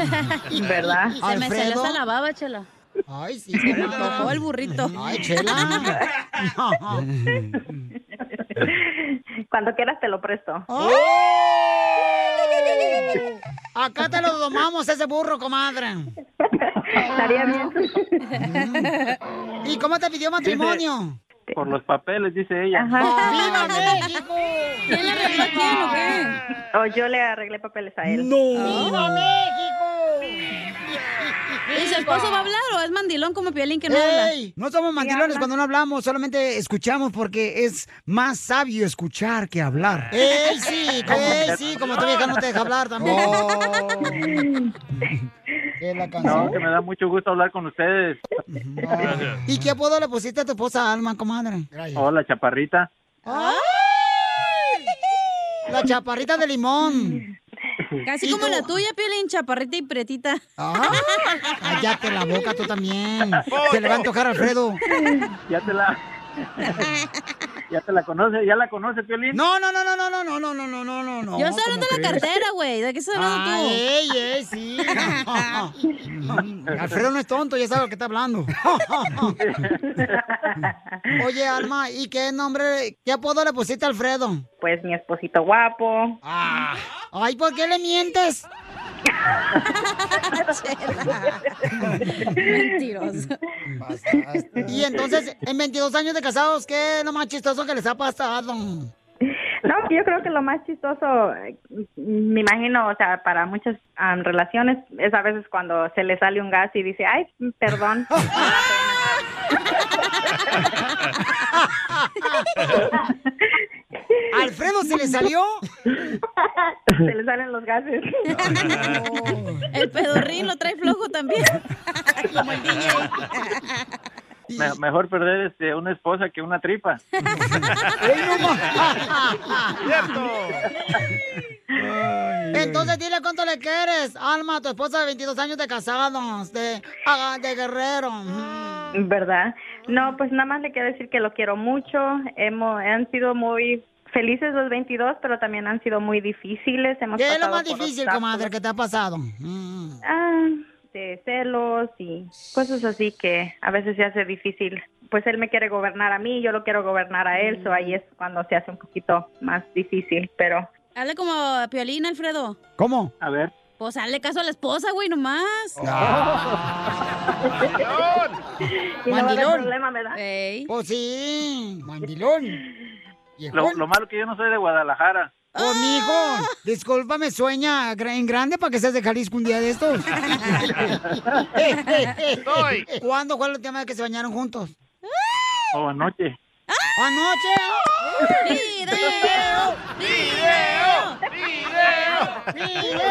Speaker 9: ¿Verdad?
Speaker 4: Se me salió
Speaker 2: Alfredo.
Speaker 4: hasta la baba, chela.
Speaker 2: Ay, sí, se
Speaker 4: me antojó el burrito.
Speaker 2: Ay, chela.
Speaker 9: Cuando quieras te lo presto.
Speaker 2: ¡Oh! Acá te lo domamos ese burro, comadre.
Speaker 9: Estaría bien.
Speaker 2: ¿Y cómo te pidió matrimonio? ¡Oh,
Speaker 8: Por los papeles, dice ella.
Speaker 25: Oh,
Speaker 2: ¡Viva México!
Speaker 9: ¿Quién le arregló quién o qué? O Oh, yo le arreglé papeles a él.
Speaker 2: ¡No!
Speaker 9: ¡Viva
Speaker 4: ¿Y su esposo va a hablar o es mandilón como Piolín que no
Speaker 2: Ey,
Speaker 4: habla?
Speaker 2: no somos mandilones cuando no hablamos, solamente escuchamos porque es más sabio escuchar que hablar. ¡Ey, sí! ¡Ey, sí! Como tu vieja no te deja hablar también. Es la canción.
Speaker 8: No, que me da mucho gusto hablar con ustedes. Gracias.
Speaker 2: ¿Y qué apodo le pusiste a tu esposa Alma, comadre?
Speaker 8: Hola, chaparrita.
Speaker 2: ¡Ay! La chaparrita de limón.
Speaker 4: Casi como la tuya, Piolín, chaparrita y pretita.
Speaker 2: Ah, cállate la boca tú también. Se le va a antojar a Alfredo.
Speaker 8: Ya te la. Ya te la conoce, ya la conoce, Piolín.
Speaker 2: No, no, no, no, no, no, no, no, no, no, no, no, no.
Speaker 4: Yo estoy hablando de la cartera, güey. ¿De qué estás hablando tú?
Speaker 2: Ay, ey, ey, sí. Alfredo no es tonto, ya sabe lo que está hablando. Oye, Alma, ¿y qué nombre, qué apodo le pusiste a Alfredo?
Speaker 9: Pues mi esposito guapo.
Speaker 2: Ay, ¿por qué le mientes?
Speaker 4: Mentiroso.
Speaker 2: Y entonces, en 22 años de casados, ¿qué es lo más chistoso que les ha pasado?
Speaker 9: No, yo creo que lo más chistoso, eh, me imagino, o sea, para muchas am, relaciones es a veces cuando se le sale un gas y dice, ay, perdón.
Speaker 2: ¿Alfredo se le salió?
Speaker 9: se le salen los gases.
Speaker 4: El pedorrín lo trae flojo también. Como el DJ.
Speaker 8: Me- mejor perder este, una esposa que una tripa.
Speaker 2: Entonces, dile cuánto le quieres, Alma, tu esposa de 22 años de casados, de, ah, de guerrero.
Speaker 9: ¿Verdad? No, pues nada más le quiero decir que lo quiero mucho. Hemos, han sido muy felices los 22, pero también han sido muy difíciles. Hemos
Speaker 2: ¿Qué es lo
Speaker 9: pasado
Speaker 2: más
Speaker 9: por
Speaker 2: difícil,
Speaker 9: obstáculos.
Speaker 2: comadre, que te ha pasado? Mm.
Speaker 9: Ah, de celos y cosas así que a veces se hace difícil. Pues él me quiere gobernar a mí, yo lo quiero gobernar a él, so
Speaker 2: Mm.
Speaker 9: ahí es cuando se hace un poquito más difícil, pero
Speaker 4: Hazle como a Piolín, Alfredo.
Speaker 2: ¿Cómo?
Speaker 9: A ver.
Speaker 4: Pues hazle caso a la esposa, güey, nomás.
Speaker 9: Y no va a haber Mandilón. problema, ¿verdad?
Speaker 4: Eh.
Speaker 2: Pues sí, mandilón.
Speaker 21: Lo, lo malo que yo no soy de Guadalajara.
Speaker 2: Conmigo, discúlpame, sueña gra- en grande para que seas de Jalisco un día de estos. Eh,
Speaker 21: Soy.
Speaker 2: ¿Cuándo fue el tema que se bañaron juntos?
Speaker 21: O anoche.
Speaker 2: ¡Anoche!
Speaker 1: ¡Video! ¡Video! ¡Video!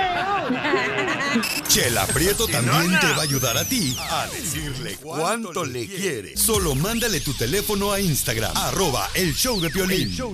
Speaker 5: Chela Prieto también te va a ayudar a ti a decirle cuánto le quiere. Solo mándale tu teléfono a Instagram, arroba el show de Piolín.
Speaker 27: El show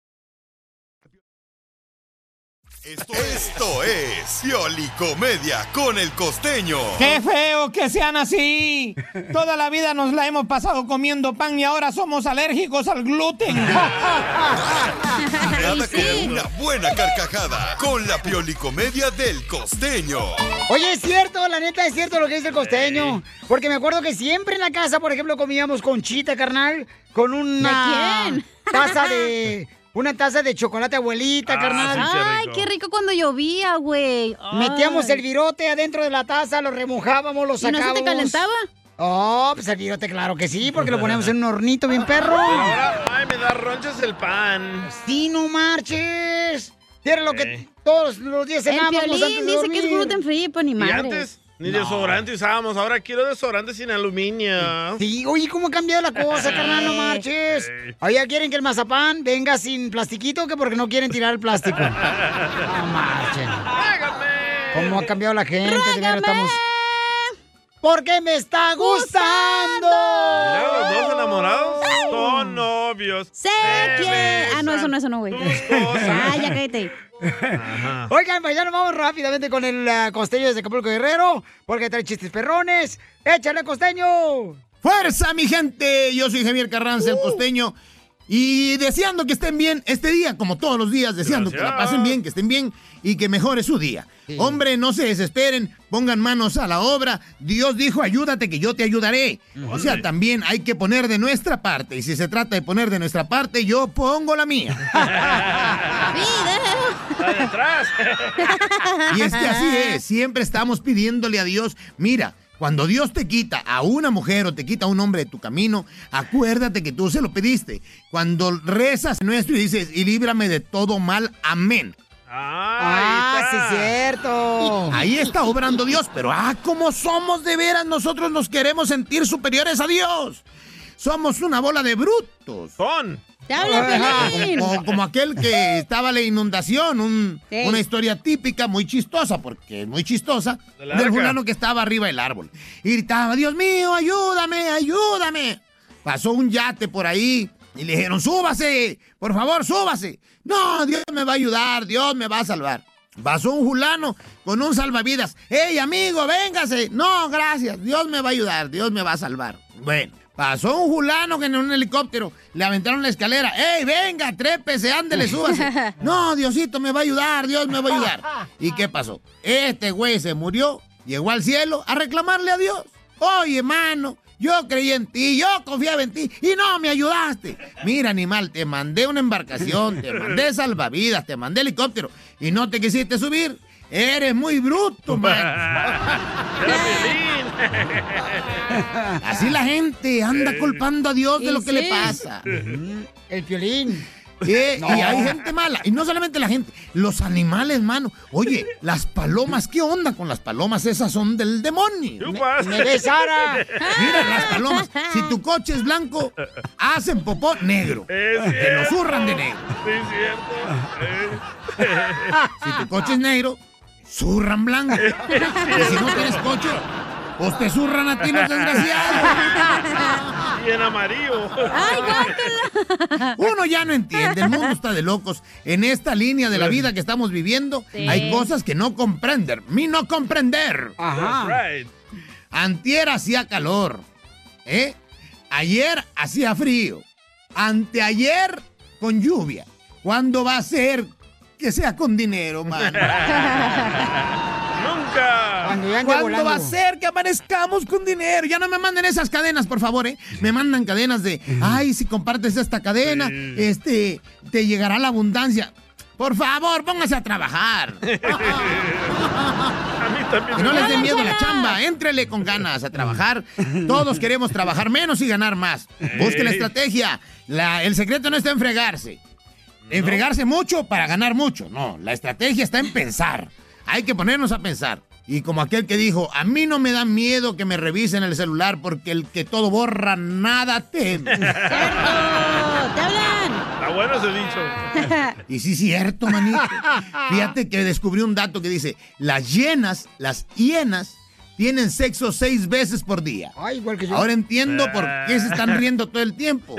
Speaker 5: Esto es Pioli Comedia con el costeño.
Speaker 28: ¡Qué feo que sean así! Toda la vida nos la hemos pasado comiendo pan y ahora somos alérgicos al gluten.
Speaker 5: Nada como una buena carcajada con la Pioli Comedia del costeño.
Speaker 2: Oye, es cierto, la neta es cierto lo que dice el costeño. Porque me acuerdo que siempre en la casa, por ejemplo, comíamos conchita, carnal, con una
Speaker 4: ¿De quién?
Speaker 2: taza de. Una taza de chocolate abuelita, carnal.
Speaker 4: Ay, qué rico cuando llovía, güey.
Speaker 2: Metíamos
Speaker 4: Ay.
Speaker 2: el virote adentro de la taza, lo remojábamos, lo
Speaker 4: ¿Y no se te
Speaker 2: sacábamos.
Speaker 4: calentaba?
Speaker 2: Oh, pues el virote, claro que sí, porque lo poníamos en un hornito bien perro.
Speaker 3: Pero ahora, ay, me da ronchas el pan. Eh.
Speaker 2: ¡Sí, no marches! Era lo que todos los días
Speaker 4: El
Speaker 2: cenábamos
Speaker 4: Piolín
Speaker 2: antes de
Speaker 4: dice que es
Speaker 2: dormir.
Speaker 4: gluten free, pues ni
Speaker 3: Y
Speaker 4: madre.
Speaker 3: antes ni
Speaker 4: No.
Speaker 3: desodorante usábamos, ahora quiero desodorante sin aluminio.
Speaker 2: Sí, oye, ¿cómo ha cambiado la cosa, carnal?
Speaker 4: Eh.
Speaker 2: No marches.
Speaker 3: Eh.
Speaker 2: Ahora ya quieren que el mazapán venga sin plastiquito, que porque no quieren tirar el plástico. No marchen. ¿Cómo ha cambiado la gente? De veras, estamos... Porque me está gustando.
Speaker 3: Mira, los dos enamorados son novios.
Speaker 4: Sé que... Ah, no, eso no, eso no, güey. Ah, ya cállate.
Speaker 2: Oigan, nos vamos rápidamente con el eh, costeño desde Acapulco Guerrero, porque trae chistes perrones. ¡Échale, costeño!
Speaker 17: ¡Fuerza, mi gente! Yo soy Javier Carranza, el costeño. Y deseando que estén bien este día, como todos los días, deseando que la pasen bien, que estén bien y que mejore su día. Hombre, no se desesperen, pongan manos a la obra. Dios dijo, ayúdate que yo te ayudaré. O sea, también hay que poner de nuestra parte. Y si se trata de poner de nuestra parte, yo pongo la mía.
Speaker 3: Atrás.
Speaker 17: Y es que así es, siempre estamos pidiéndole a Dios, mira, Cuando Dios te quita a una mujer o te quita a un hombre de tu camino, acuérdate que tú se lo pediste. Cuando rezas nuestro y dices, y líbrame de todo mal, amén.
Speaker 2: Ah, sí, es cierto.
Speaker 17: Ahí está obrando Dios, pero ah, cómo somos de veras, nosotros nos queremos sentir superiores a Dios. Somos una bola de brutos.
Speaker 3: Son.
Speaker 4: ¡Te habla,
Speaker 17: Ajá,
Speaker 4: Piolín!
Speaker 17: como, como aquel que estaba en la inundación, un-
Speaker 4: Sí.
Speaker 17: una historia típica muy chistosa, porque es muy chistosa,
Speaker 3: Del
Speaker 17: del
Speaker 3: arca.
Speaker 17: fulano que estaba arriba del árbol. Y gritaba, Dios mío, ayúdame, ayúdame. Pasó un yate por ahí y le dijeron, súbase, por favor, súbase. No, Dios me va a ayudar, Dios me va a salvar. Pasó un fulano con un salvavidas. ¡Ey, amigo, véngase! No, gracias, Dios me va a ayudar, Dios me va a salvar. Bueno, pasó un fulano que en un helicóptero le aventaron la escalera. ¡Ey, venga, trépese, ándele, súbase! No, Diosito me va a ayudar, Dios me va a ayudar. ¿Y qué pasó? Este güey se murió, llegó al cielo a reclamarle a Dios. Oye, hermano, yo creí en ti, yo confiaba en ti y no me ayudaste. Mira, animal, te mandé una embarcación, te mandé salvavidas, te mandé helicóptero y no te quisiste subir. Eres muy bruto, man. Así la gente anda culpando a Dios de
Speaker 2: Y
Speaker 17: lo que
Speaker 2: sí.
Speaker 17: le pasa.
Speaker 2: El violín.
Speaker 17: Eh,
Speaker 2: No.
Speaker 17: Y hay gente mala. Y no solamente la gente, los animales, mano. Oye, las palomas, ¿qué onda con las palomas? Esas son del demonio.
Speaker 3: Chupas.
Speaker 2: me besara.
Speaker 17: Mira, las palomas. Si tu coche es blanco, hacen popó negro. Te lo zurran de negro.
Speaker 3: Sí, es cierto.
Speaker 17: Si tu coche es negro, zurran blanco. Y si no tienes coche, pues te zurran a ti los desgraciados.
Speaker 3: Y en amarillo.
Speaker 17: Uno ya no entiende, el mundo está de locos. En esta línea de la vida que estamos viviendo,
Speaker 3: Sí.
Speaker 17: hay cosas que no comprender. Mi no comprender.
Speaker 3: That's right.
Speaker 17: Antier hacía calor. ¿eh? Ayer hacía frío. Anteayer con lluvia. ¿Cuándo va a ser que sea con dinero, mano?
Speaker 3: Nunca.
Speaker 17: ¿Cuándo va a ser que amanezcamos con dinero? Ya no me manden esas cadenas, por favor, ¿eh? Me mandan cadenas de, ay, si compartes esta cadena, este, te llegará la abundancia. Por favor, póngase a trabajar. Que no les dé miedo la chamba, éntrele con ganas a trabajar. Todos queremos trabajar menos y ganar más. Busque la
Speaker 3: Ey.
Speaker 17: estrategia. La- el secreto no está en fregarse. En fregarse mucho para ganar mucho. No, la estrategia está en pensar. Hay que ponernos a pensar. Y como aquel que dijo, a mí no me da miedo que me revisen el celular porque el que todo borra, nada teme.
Speaker 4: ¡Te hablan!
Speaker 3: Está bueno ese dicho.
Speaker 17: Y sí, cierto, manito. Fíjate que descubrí un dato que dice: las hienas, las hienas, tienen sexo seis veces por día.
Speaker 2: Ay, igual que yo.
Speaker 17: Ahora entiendo por qué se están riendo todo el tiempo.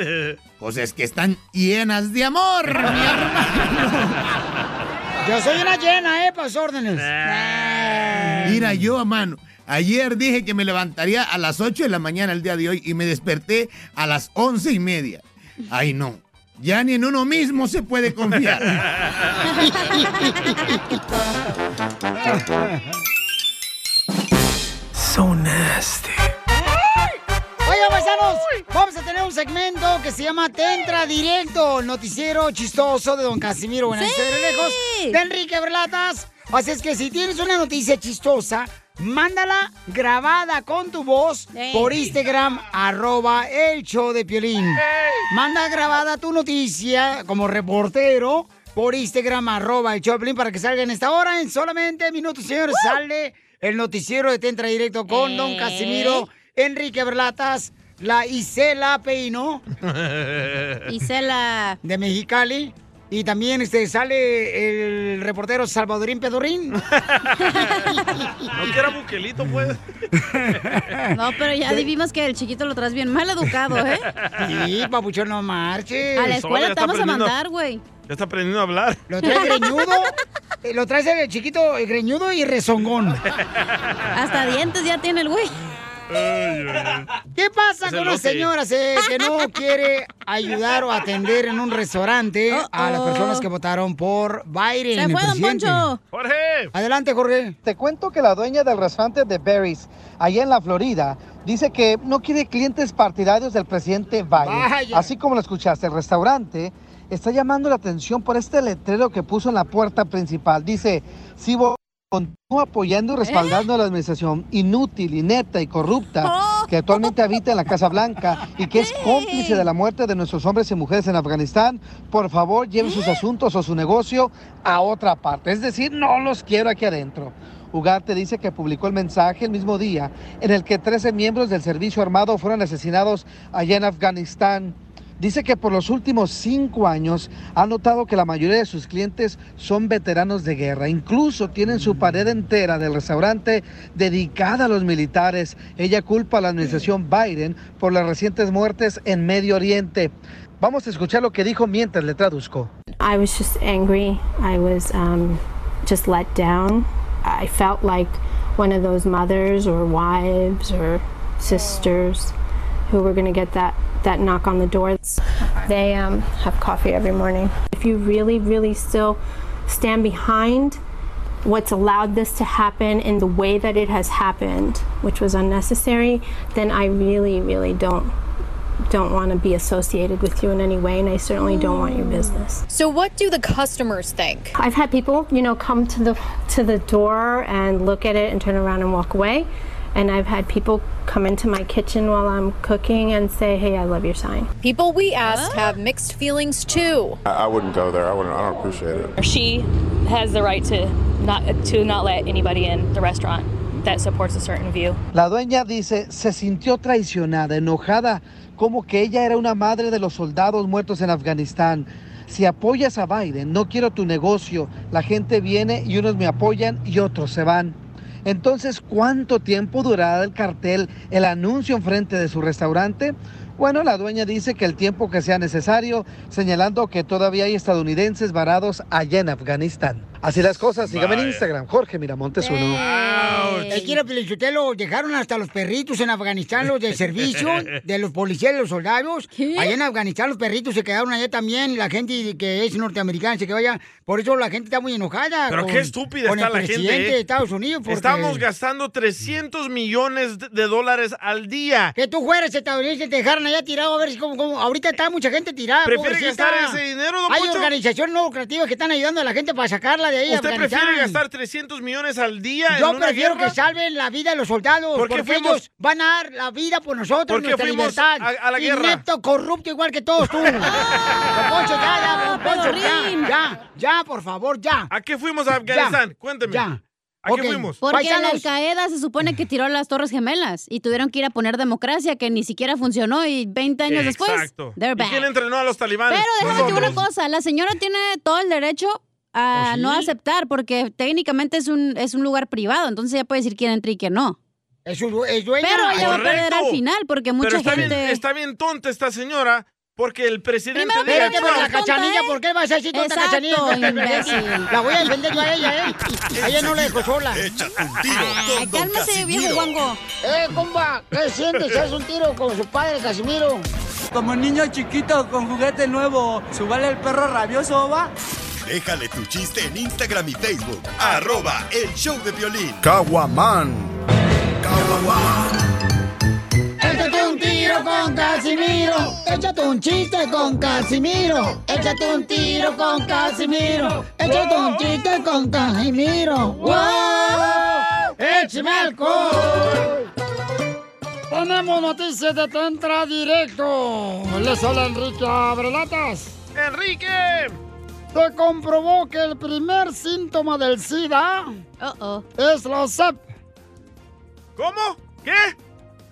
Speaker 17: Pues es que están llenas de amor, mi hermano.
Speaker 2: Yo soy una llena, ¿eh? Para sus órdenes.
Speaker 17: Mira, yo, mano, ayer dije que me levantaría a las 8 de la mañana el día de hoy y me desperté a las once y media. Ay, no. Ya ni en uno mismo se puede confiar.
Speaker 1: So nasty.
Speaker 2: Oigan, paisanos, vamos a tener un segmento que se llama Te entra directo, el noticiero chistoso de Don Casimiro Buenas de Lejos, de Enrique Berlatas. Así es que si tienes una noticia chistosa, mándala grabada con tu voz por Instagram, arroba el show de Piolín. Manda grabada tu noticia como reportero por Instagram, arroba el show de Piolín, para que salga en esta hora, en solamente minutos, señores, sale el noticiero de Te entra directo con Don
Speaker 4: Eh.
Speaker 1: Ey.
Speaker 2: Casimiro. Enrique Berlatas, la Isela Peino
Speaker 4: Isela.
Speaker 2: de Mexicali. Y también este, sale el reportero Salvadorín Pedorrín.
Speaker 3: ¿No que era buquelito, pues?
Speaker 4: No, pero ya vimos que el chiquito lo traes bien mal educado, ¿eh?
Speaker 2: Sí, papuchón, no marches.
Speaker 4: A la escuela te vamos a mandar, güey.
Speaker 3: Ya está aprendiendo a hablar.
Speaker 2: Lo trae greñudo, eh, lo traes el chiquito eh, greñudo y rezongón.
Speaker 4: Hasta dientes ya tiene el güey.
Speaker 2: ¿Qué pasa
Speaker 4: Es
Speaker 2: con
Speaker 4: el
Speaker 2: las
Speaker 4: Loki.
Speaker 2: señoras eh, que no quiere ayudar o atender en un restaurante a las personas que votaron por Biden?
Speaker 6: Se
Speaker 2: el
Speaker 6: fue, don
Speaker 2: presidente?
Speaker 6: Poncho.
Speaker 3: Jorge.
Speaker 2: Adelante, Jorge.
Speaker 6: Te cuento que la dueña del restaurante de Berries, allá en la Florida, dice que no quiere clientes partidarios del presidente Biden.
Speaker 2: Vaya.
Speaker 6: Así como lo escuchaste, el restaurante está llamando la atención por este letrero que puso en la puerta principal. Dice, si vo- Continúa apoyando y respaldando a la administración inútil, inepta y corrupta que actualmente habita en la Casa Blanca y que es cómplice de la muerte de nuestros hombres y mujeres en Afganistán. Por favor, lleve sus asuntos o su negocio a otra parte. Es decir, no los quiero aquí adentro. Ugarte dice que publicó el mensaje el mismo día en el que 13 miembros del servicio armado fueron asesinados allá en Afganistán. Dice que por los últimos cinco años ha notado que la mayoría de sus clientes son veteranos de guerra. Incluso tienen su pared entera del restaurante dedicada a los militares. Ella culpa a la administración Biden por las recientes muertes en Medio Oriente. Vamos a escuchar lo que dijo mientras le traduzco.
Speaker 29: I was just angry. I was um, just let down. I felt like one of those mothers or wives or sisters who were going to get that, that knock on the door. They um, have coffee every morning. If you really, really still stand behind what's allowed this to happen in the way that it has happened, which was unnecessary, then I really, really don't don't want to be associated with you in any way, and I certainly don't want your business.
Speaker 30: So, what do the customers think?
Speaker 29: I've had people, you know, come to the to the door and look at it and turn around and walk away, and I've had people come into my kitchen while I'm cooking and say, "Hey, I love your sign."
Speaker 30: People we asked have mixed feelings too.
Speaker 31: I, I wouldn't go there. I wouldn't. I don't appreciate it.
Speaker 10: She has the right to not to not let anybody in the restaurant that supports a certain view.
Speaker 6: La dueña dice, se sintió traicionada, enojada, como que ella era una madre de los soldados muertos en Afganistán. Si apoyas a Biden, no quiero tu negocio. La gente viene y unos me apoyan y otros se van. Entonces, ¿cuánto tiempo durará el cartel, el anuncio enfrente de su restaurante? Bueno, la dueña dice que el tiempo que sea necesario, señalando que todavía hay estadounidenses varados allá en Afganistán. Así las cosas, sígame en
Speaker 2: Vaya.
Speaker 6: Instagram, Jorge Miramontes uno.
Speaker 2: Es que los dejaron hasta los perritos en Afganistán, los del servicio, de los policías, los soldados. Allá en Afganistán los perritos se quedaron allá también, la gente que es norteamericana se quedó allá. Por eso la gente está muy enojada.
Speaker 3: Pero qué estúpida
Speaker 2: con
Speaker 3: está
Speaker 2: el
Speaker 3: la gente,
Speaker 2: presidente
Speaker 3: ¿eh?
Speaker 2: de Estados Unidos. Porque...
Speaker 3: Estamos gastando 300 millones de- de dólares al día.
Speaker 2: Que tú fueras estadounidense, te dejaron allá tirado a ver si cómo, cómo- Ahorita está mucha gente tirada.
Speaker 3: ¿Prefiere
Speaker 2: pobrecita.
Speaker 3: gastar ese dinero, don
Speaker 2: Hay
Speaker 3: Poncho?
Speaker 2: organizaciones no lucrativas que están ayudando a la gente para sacarla de ahí. de
Speaker 3: ¿Usted
Speaker 2: Afganistán.
Speaker 3: prefiere gastar 300 millones al día
Speaker 2: Yo
Speaker 3: en una
Speaker 2: prefiero
Speaker 3: guerra?
Speaker 2: que salven la vida de los soldados,
Speaker 3: ¿Por qué
Speaker 2: porque
Speaker 3: fuimos-
Speaker 2: ellos van a dar la vida por nosotros,
Speaker 3: ¿Por qué
Speaker 2: nuestra
Speaker 3: fuimos
Speaker 2: libertad.
Speaker 3: a- a la guerra?
Speaker 2: Inepto, corrupto, igual que todos tú. Don Poncho, ya, ya, don Poncho,
Speaker 3: Pedorrín.
Speaker 2: ya, ya, ya, por favor, ya.
Speaker 3: ¿A qué fuimos a Afganistán? Cuénteme.
Speaker 2: Ya.
Speaker 3: ¿A qué
Speaker 2: Ok.
Speaker 3: fuimos?
Speaker 4: Porque la Al Qaeda se supone que tiró las Torres Gemelas y tuvieron que ir a poner democracia que ni siquiera funcionó y 20 años
Speaker 3: Exacto.
Speaker 4: después. they're
Speaker 3: ¿Y quién
Speaker 4: back.
Speaker 3: entrenó a los talibanes?
Speaker 4: Pero déjame decir una
Speaker 3: Nosotros.
Speaker 4: cosa, la señora tiene todo el derecho a
Speaker 3: ¿Oh, sí?
Speaker 4: no aceptar porque técnicamente es un, es un lugar privado, entonces ella puede decir quién entra y quién no.
Speaker 2: Es, su- es dueña.
Speaker 4: Pero ella va a perder
Speaker 3: Correcto.
Speaker 4: al final porque mucha
Speaker 3: Pero está
Speaker 4: gente...
Speaker 3: Bien, está bien tonta esta señora porque el presidente
Speaker 4: Primero
Speaker 3: diga,
Speaker 4: que
Speaker 3: "Trump".
Speaker 2: La cachanilla, ¿por qué vas a decir tonta
Speaker 4: Exacto,
Speaker 2: cachanilla?
Speaker 4: imbécil.
Speaker 2: La voy a defender yo a ella, ¿eh? A ella no la dejo sola.
Speaker 1: Ah,
Speaker 4: Ay, cálmese, viejo guango.
Speaker 2: Eh, compa, ¿qué sientes? ¿Haz un tiro con su padre, Casimiro?
Speaker 32: Como niño chiquito con juguete nuevo, subale el perro rabioso, va.
Speaker 5: Déjale tu chiste en Instagram y Facebook. Arroba el show de violín.
Speaker 33: Caguaman.
Speaker 2: Échate un tiro con Casimiro. Échate un chiste con Casimiro. Échate un tiro con Casimiro. Échate un chiste con Casimiro. ¡Wow! ¡Échame alcohol! Tenemos noticias de Tentra Directo. Les habla Enrique Abrelatas.
Speaker 3: ¡Enrique!
Speaker 2: Se comprobó que el primer síntoma del SIDA es la SEP.
Speaker 3: ¿Cómo? ¿Qué?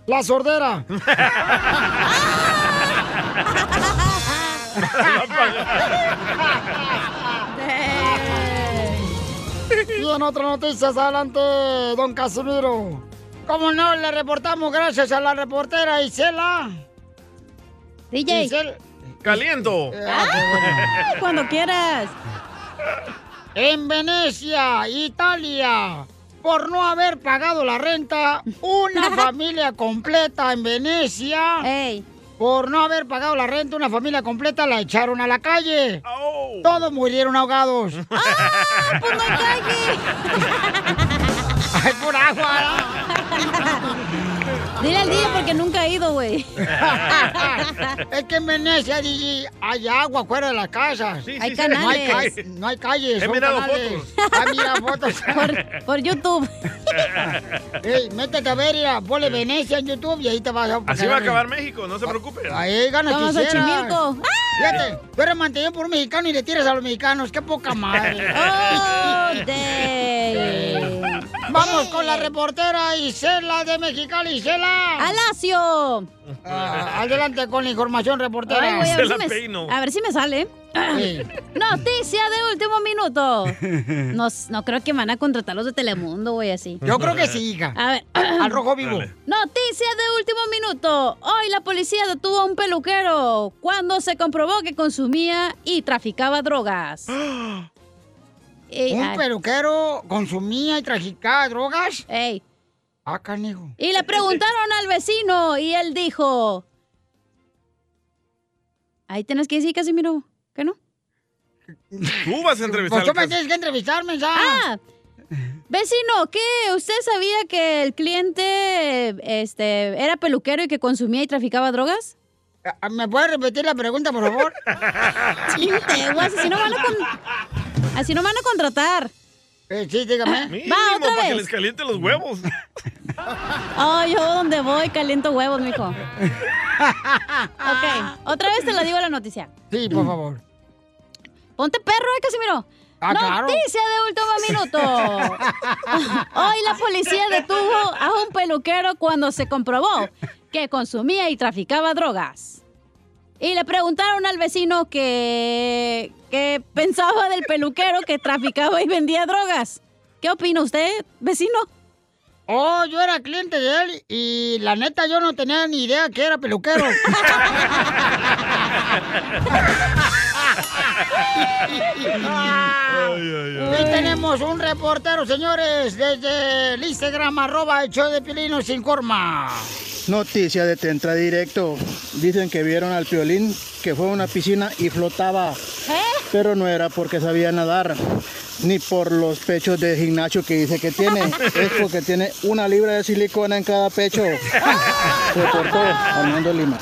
Speaker 2: La sordera. Y en otras noticias, adelante, don Casimiro. ¿Cómo no? Le reportamos gracias a la reportera Isela.
Speaker 4: DJ.
Speaker 2: Isel-
Speaker 3: Caliento.
Speaker 4: Ah. Cuando quieras.
Speaker 2: En Venecia, Italia, por no haber pagado la renta, una familia completa en Venecia. Por no haber pagado la renta, una familia completa la echaron a la calle. Todos murieron ahogados. ¡Ah!
Speaker 1: pues
Speaker 4: ¡Por la calle!
Speaker 2: ¡Ay, por agua!
Speaker 4: Dile al DJ porque nunca he ido, güey.
Speaker 2: Es que en Venecia, DJ, hay agua fuera de la casa.
Speaker 4: Hay sí, sí. canales.
Speaker 2: No hay, ca- no hay calles.
Speaker 4: He
Speaker 2: son
Speaker 4: mirado
Speaker 2: canales.
Speaker 4: fotos.
Speaker 2: Ah, mira fotos.
Speaker 4: Por, YouTube.
Speaker 2: Ey, métete a ver, mira, ponle Venecia en YouTube y ahí te vas a...
Speaker 3: Así va a acabar México, no Ah, se preocupen.
Speaker 2: Ahí gana
Speaker 3: Vamos a
Speaker 2: quisieras.
Speaker 3: Xochimilco.
Speaker 2: Fíjate, tú eres mantenido por un mexicano y le tiras a los mexicanos. ¡Qué poca madre!
Speaker 4: Oh,
Speaker 2: Vamos con la reportera Isela de Mexicali. Isela.
Speaker 4: ¡Alacio!
Speaker 5: Ah.
Speaker 2: adelante con la información, reportera.
Speaker 4: Ay, güey, a, ver si me, a ver si me sale.
Speaker 2: Sí.
Speaker 4: Noticia de último minuto. No, no creo que van a contratarlos de Telemundo, güey, así.
Speaker 2: Yo creo que sí, hija.
Speaker 4: A ver.
Speaker 2: Al rojo vivo.
Speaker 4: Noticia de último minuto. Hoy la policía detuvo a un peluquero cuando se comprobó que consumía y traficaba drogas. Ey,
Speaker 2: ¿Un
Speaker 4: ay.
Speaker 2: peluquero consumía y traficaba drogas?
Speaker 4: ¡Ey!
Speaker 2: Ah, canijo.
Speaker 4: Y le preguntaron al vecino y él dijo... Ahí tienes que decir, Casimiro, ¿qué no?
Speaker 3: Tú vas a entrevistar
Speaker 2: Pues tú
Speaker 3: al
Speaker 2: me
Speaker 3: cas-
Speaker 2: tienes que entrevistarme ya.
Speaker 4: Ah, vecino, ¿qué? ¿Usted sabía que el cliente este, era peluquero y que consumía y traficaba drogas?
Speaker 2: Ah, ¿Me puede repetir la pregunta, por favor?
Speaker 4: Chinte, guas, así no van a, con- así no van a contratar.
Speaker 2: sí, dígame.
Speaker 3: Ah, Mínimo,
Speaker 4: Va, otra
Speaker 3: para que
Speaker 4: vez.
Speaker 3: les caliente los huevos.
Speaker 4: Oh, yo donde voy caliento huevos, mijo. ok, otra vez te la digo la noticia.
Speaker 2: Sí, por favor.
Speaker 4: Ponte perro, eh, Casimiro.
Speaker 2: Ah, claro.
Speaker 4: Noticia de último minuto. Hoy la policía detuvo a un peluquero cuando se comprobó que consumía y traficaba drogas. Y le preguntaron al vecino que, que pensaba del peluquero que traficaba y vendía drogas. ¿Qué opina usted, vecino?
Speaker 2: Oh, yo era cliente de él y la neta yo no tenía ni idea que era peluquero. Y tenemos un reportero, señores, desde el Instagram, arroba el show de Pilino sin corma.
Speaker 8: Noticia de Tentra Directo. Dicen que vieron al Piolín que fue a una piscina y flotaba. Pero no era porque sabía nadar, ni por los pechos de gimnasio que dice que tiene. es porque tiene una libra de silicona en cada pecho. Reportó Armando Lima.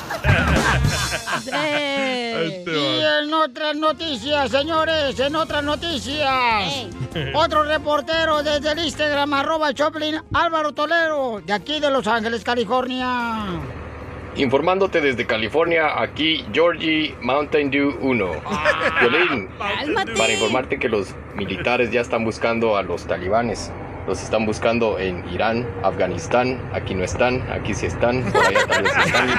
Speaker 2: Y en otras noticias, señores, en otras noticias. Otro reportero desde el Instagram, arroba Choplin, Álvaro Tolero, de aquí de Los Ángeles, California.
Speaker 14: Informándote desde California, aquí Georgie Mountain Dew 1. Violín, para informarte que los militares ya están buscando a los talibanes. Los están buscando en Irán, Afganistán. Aquí no están, aquí sí están, por allá tal vez están.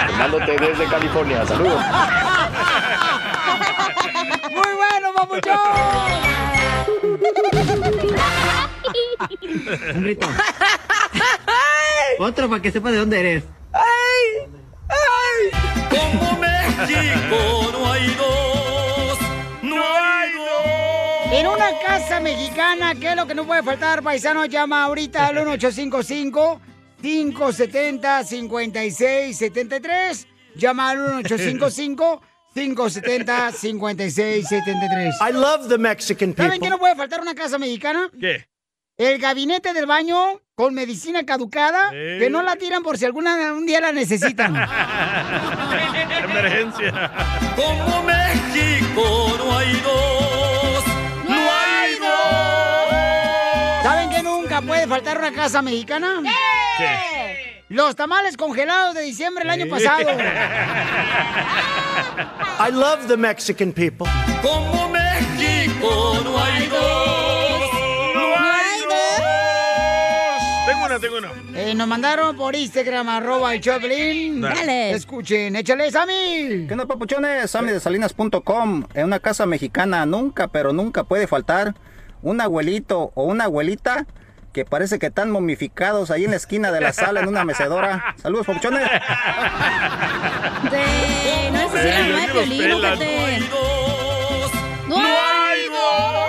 Speaker 14: Informándote desde California, saludos.
Speaker 2: ¡Muy bueno,
Speaker 15: papuchón! Un grito. Otro para que sepa de dónde eres.
Speaker 1: ¡Ay! ¡Ay! Como
Speaker 15: México
Speaker 1: no hay dos, no hay
Speaker 2: En una casa mexicana, ¿qué es lo que no puede faltar, paisano? Llama ahorita al 1855 570 5673. Llama al 1855 570 5673. I love the Mexican ¿Saben
Speaker 15: people.
Speaker 2: qué no puede faltar en una casa mexicana?
Speaker 3: ¿Qué?
Speaker 2: El gabinete del baño con medicina caducada
Speaker 3: Eh.
Speaker 2: que no la tiran por si alguna un día la necesitan.
Speaker 3: Emergencia.
Speaker 1: Como México no hay dos, no hay dos.
Speaker 2: ¿Saben que nunca puede faltar una casa mexicana? Los tamales congelados de diciembre del año pasado.
Speaker 15: I love the Mexican people.
Speaker 1: Como México no hay dos, no hay dos.
Speaker 3: Tengo una, tengo una.
Speaker 2: Eh, nos mandaron por Instagram, arroba el Choplin.
Speaker 15: Dale.
Speaker 2: Escuchen, échale, Sammy.
Speaker 15: ¿Qué onda, papuchones? Sammy de Salinas.com. En una casa mexicana nunca, pero nunca puede faltar un abuelito o una abuelita que parece que están momificados ahí en la esquina de la sala en una mecedora. Saludos, papuchones.
Speaker 4: De... No es así la mamá de Piolín, ojete. ¡No hay dos!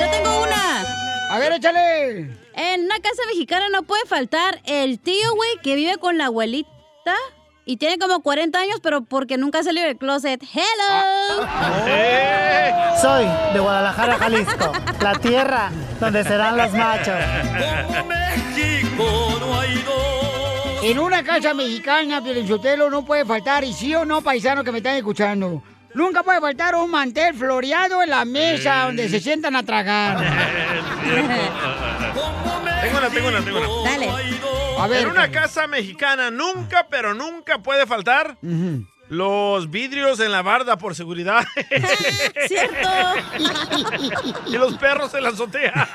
Speaker 4: Yo tengo una.
Speaker 2: A ver, échale.
Speaker 4: En una casa mexicana no puede faltar el tío, güey, que vive con la abuelita y tiene como 40 años, pero porque nunca salió del closet.
Speaker 2: Ah.
Speaker 4: ¡Hello! Ah.
Speaker 16: Soy de Guadalajara, Jalisco, la tierra donde serán los machos.
Speaker 1: Como México no hay dos.
Speaker 2: En una casa mexicana, Pielinchotelo, no puede faltar, y sí o no, paisano que me están escuchando, nunca puede faltar un mantel floreado en la mesa donde se sientan a tragar.
Speaker 3: Tengo una, tengo una, tengo una.
Speaker 2: Dale. A ver.
Speaker 3: en una casa mexicana nunca, pero nunca puede faltar los vidrios en la barda por seguridad.
Speaker 1: Cierto.
Speaker 3: y los perros en la azotea.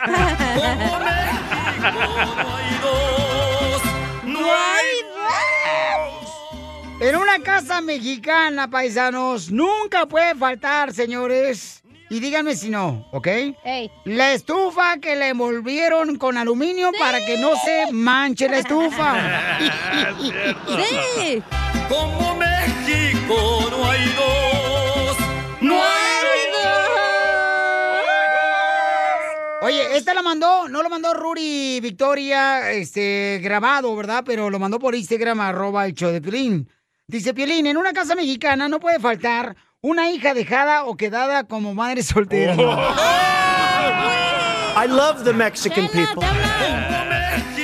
Speaker 1: No hay
Speaker 2: En una casa mexicana, paisanos, nunca puede faltar, señores. Y díganme si no, ¿ok? La estufa que la envolvieron con aluminio para que no se manche la estufa. sí.
Speaker 1: Como México no hay dos. No hay
Speaker 2: Oye, esta la mandó, no lo mandó Ruri Victoria, este, grabado, ¿verdad? Pero lo mandó por Instagram, arroba el show de Piolín. Dice Piolín, en una casa mexicana no puede faltar una hija dejada o quedada como madre soltera. I love the Mexican people.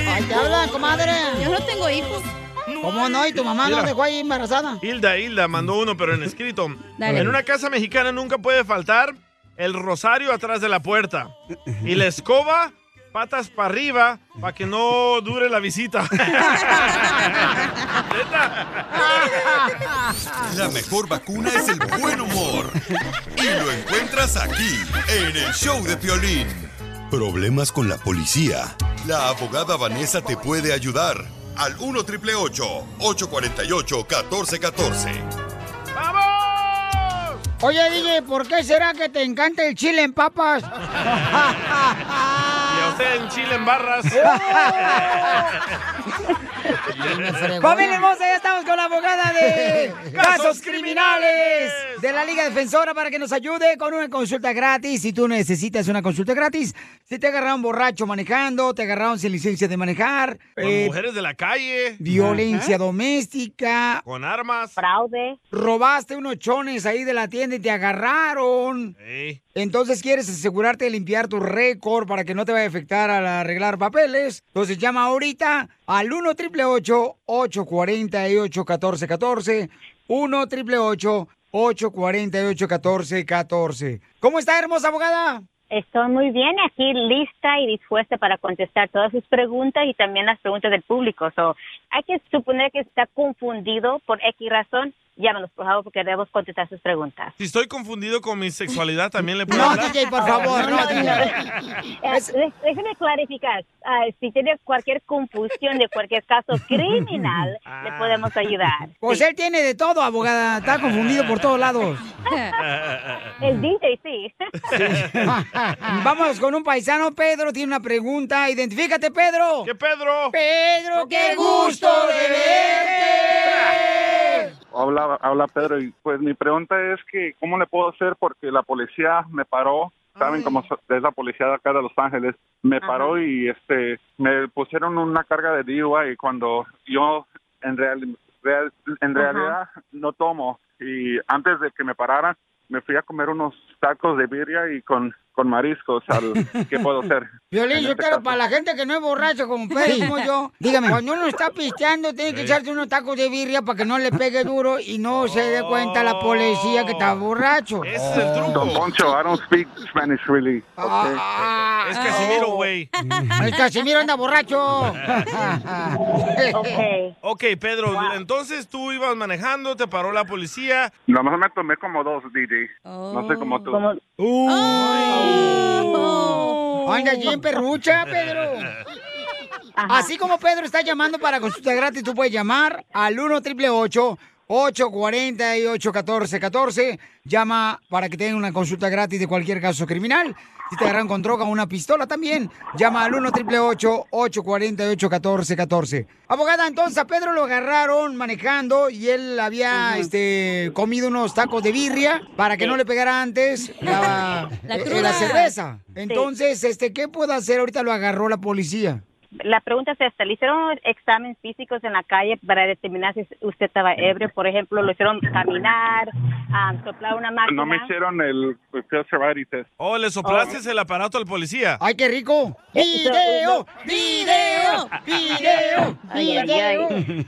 Speaker 2: Ay, te hablan, comadre.
Speaker 4: Yo no tengo hijos.
Speaker 2: ¿Cómo no? ¿Y tu mamá no
Speaker 3: Mira.
Speaker 2: dejó ahí embarazada?
Speaker 3: Hilda, Hilda mandó uno, pero en escrito.
Speaker 2: Dale.
Speaker 3: En una casa mexicana nunca puede faltar el rosario atrás de la puerta y la escoba patas para arriba para que no dure la visita.
Speaker 5: La mejor vacuna es el buen humor. Y lo encuentras aquí, en el show de Piolín. Problemas con la policía. La abogada Vanessa te puede ayudar. Al 1 triple 848 1414.
Speaker 2: Oye, DJ, ¿por qué será que te encanta el chile en papas?
Speaker 3: y a usted en Chile en barras.
Speaker 2: Familia hermosa, ya estamos con la abogada de casos criminales de la Liga Defensora para que nos ayude con una consulta gratis. Si tú necesitas una consulta gratis, si te agarraron borracho manejando, te agarraron sin licencia de manejar,
Speaker 3: Con
Speaker 2: eh,
Speaker 3: mujeres de la calle.
Speaker 2: violencia
Speaker 3: Ajá.
Speaker 2: doméstica,
Speaker 3: Con armas.
Speaker 2: fraude, robaste unos chones ahí de la tienda y te agarraron.
Speaker 3: Sí.
Speaker 2: Entonces quieres asegurarte de limpiar tu récord para que no te vaya a afectar al arreglar papeles. Entonces llama ahorita al 1 888 848 1414 1 888 848 1414 ¿Cómo está, hermosa abogada?
Speaker 21: Estoy muy bien aquí, lista y dispuesta para contestar todas sus preguntas y también las preguntas del público. So, hay que suponer que está confundido por X razón. Llámanos, por favor, porque debemos contestar sus preguntas.
Speaker 3: Si estoy confundido con mi sexualidad, también le puedo
Speaker 21: No,
Speaker 3: hablar?
Speaker 21: DJ, por favor, no, Eh, dé- Déjeme clarificar. Ah, si tiene cualquier confusión de cualquier caso criminal, le
Speaker 2: Ah.
Speaker 21: podemos ayudar.
Speaker 2: Pues
Speaker 21: Sí.
Speaker 2: él tiene de todo, abogada. Está confundido por todos lados.
Speaker 21: El DJ, sí.
Speaker 2: Vamos con un paisano. Pedro tiene una pregunta. Identifícate, Pedro. ¿Qué
Speaker 3: Pedro?
Speaker 2: Pedro, qué gusto de verte.
Speaker 9: Habla, habla Pedro y pues mi pregunta es que cómo le puedo hacer porque la policía me paró, saben cómo so- es la policía de acá de Los Ángeles, me paró y este me pusieron una carga de DUI cuando yo en real, real- en
Speaker 13: Ajá.
Speaker 9: realidad no tomo y antes de que me pararan me fui a comer unos tacos de birria y con con mariscos al que puedo hacer.
Speaker 2: Violín,
Speaker 9: En
Speaker 2: yo
Speaker 9: este
Speaker 2: quiero
Speaker 9: caso.
Speaker 2: para la gente que no es borracho como Pedro,
Speaker 9: Sí.
Speaker 2: como yo.
Speaker 9: Dígame.
Speaker 2: Cuando uno está pisteando, tiene que
Speaker 9: Sí.
Speaker 2: echarse unos tacos de birria para que no le pegue duro y no se dé cuenta la policía que está borracho.
Speaker 9: Don Poncho, I don't speak Spanish really. okay?
Speaker 3: Es Casimiro, güey.
Speaker 2: Ah. El Casimiro anda borracho.
Speaker 3: ok. Pedro, entonces tú ibas manejando, te paró la policía.
Speaker 9: Lo mejor me tomé como dos, DJ. No sé cómo tú.
Speaker 2: Oh. Anda bien perrucha, Pedro. Así como Pedro está llamando para consulta gratis, tú puedes llamar al 1 888 848 1414 Llama para que tengan una consulta gratis de cualquier caso criminal. Si te agarran con droga o una pistola también, llama al 1 888 848 1414 Abogada, entonces a Pedro lo agarraron manejando y él había este, comido unos tacos de birria para que no le pegara antes la,
Speaker 21: Eh. La
Speaker 2: eh,
Speaker 21: cruda.
Speaker 2: la cerveza.
Speaker 21: Sí.
Speaker 2: Entonces, este, ¿qué puedo hacer? Ahorita lo agarró la policía.
Speaker 21: La pregunta es esta, ¿le hicieron exámenes físicos en la calle para determinar si usted estaba ebrio? Por ejemplo, ¿lo hicieron caminar, ah, soplar una máquina.
Speaker 31: No me hicieron el el field sobriety test.
Speaker 3: Oh, le soplaste el aparato al policía.
Speaker 2: ¡Ay, qué rico! ¡Video! ¡Video! ¡Video!
Speaker 21: Ay, ay, ay.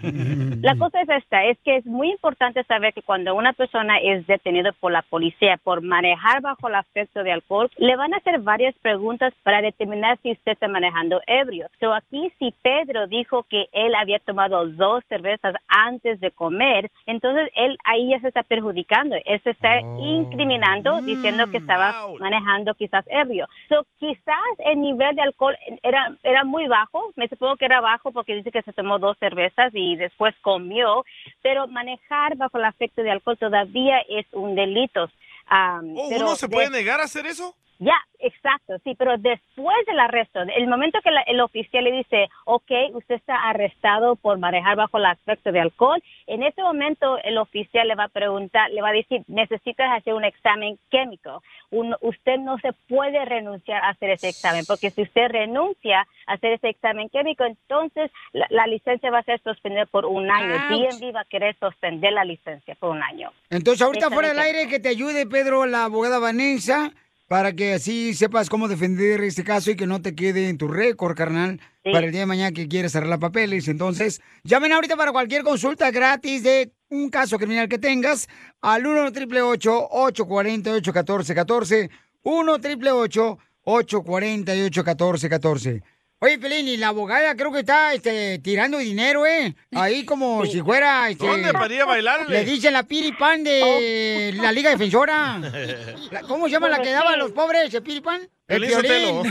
Speaker 21: La cosa es esta, es que es muy importante saber que cuando una persona es detenida por la policía por manejar bajo el afecto de alcohol, le van a hacer varias preguntas para determinar si usted está manejando ebrio. So aquí si Pedro dijo que él había tomado dos cervezas antes de comer, entonces él ahí ya se está perjudicando, él se está incriminando diciendo que estaba manejando quizás ebrio. So quizás el nivel de alcohol era era muy bajo, me supongo que era bajo porque dice que se tomó dos cervezas y después comió, pero manejar bajo el afecto de alcohol todavía es un delito. Ah,
Speaker 3: Oh,
Speaker 21: pero
Speaker 3: ¿Uno se
Speaker 21: de-
Speaker 3: puede negar a hacer eso?
Speaker 21: ya, exacto, sí, pero después del arresto, el momento que la- el oficial le dice, ok, usted está arrestado por manejar bajo el aspecto de alcohol, en ese momento el oficial le va a preguntar, le va a decir, necesitas hacer un examen químico. Un- usted no se puede renunciar a hacer ese examen, porque si usted renuncia a hacer ese examen químico, entonces la, la licencia va a ser suspendida por un año.
Speaker 2: Ouch.
Speaker 21: Bien va a querer suspender la licencia por un año.
Speaker 2: Entonces, ahorita
Speaker 21: Esa
Speaker 2: fuera del
Speaker 21: licencia.
Speaker 2: aire que te ayude, Pedro, la abogada Vanessa, para que así sepas cómo defender este caso y que no te quede en tu récord, carnal, para el día de mañana que quieres arreglar papeles. Entonces, llamen ahorita para cualquier consulta gratis de un caso criminal que tengas al 1 888 848 1414 1 888 848 1414 Oye, Pelín, y la abogada creo que está este, tirando dinero, ¿eh? Ahí como si fuera... Este,
Speaker 3: ¿Dónde para ir a bailarle?
Speaker 2: Le dicen la piripan de la Liga Defensora. La- ¿Cómo se llama la que daba a los pobres, el piripan?
Speaker 21: Piolín Sotelo.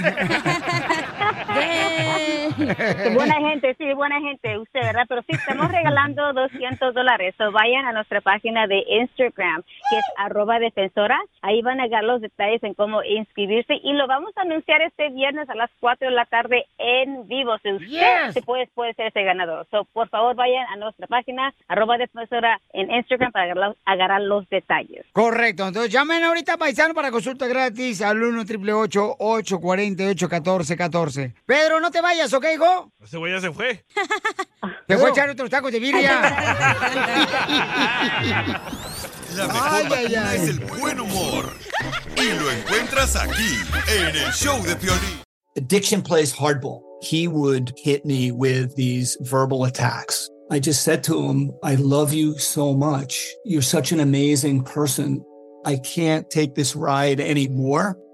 Speaker 21: buena gente, sí, buena gente, usted, ¿verdad? Pero sí, estamos regalando 200 dólares. So vayan a nuestra página de Instagram, que es arroba defensora. Ahí van a dar los detalles en cómo inscribirse. Y lo vamos a anunciar este viernes a las 4 de la tarde en vivo. Si usted
Speaker 2: Yes.
Speaker 21: se puede, puede ser ese ganador. So, por favor, vayan a nuestra página, arroba defensora en Instagram para agarrar- agarrar los detalles.
Speaker 2: Correcto, entonces llamen ahorita paisano para consulta gratis al 1 888 848 1414 Pedro, no te vayas, ¿ok, hijo?
Speaker 3: Ese güey ya se fue.
Speaker 2: Te voy a echar otros tacos de birria.
Speaker 5: La mejor
Speaker 2: Ay, ay,
Speaker 5: vacuna
Speaker 2: ay.
Speaker 5: es el buen humor. Y lo encuentras aquí, en el show de Piolín.
Speaker 34: Addiction plays hardball. He would hit me with these verbal attacks. I just said to him, I love you so much. You're such an amazing person. I can't take this ride anymore.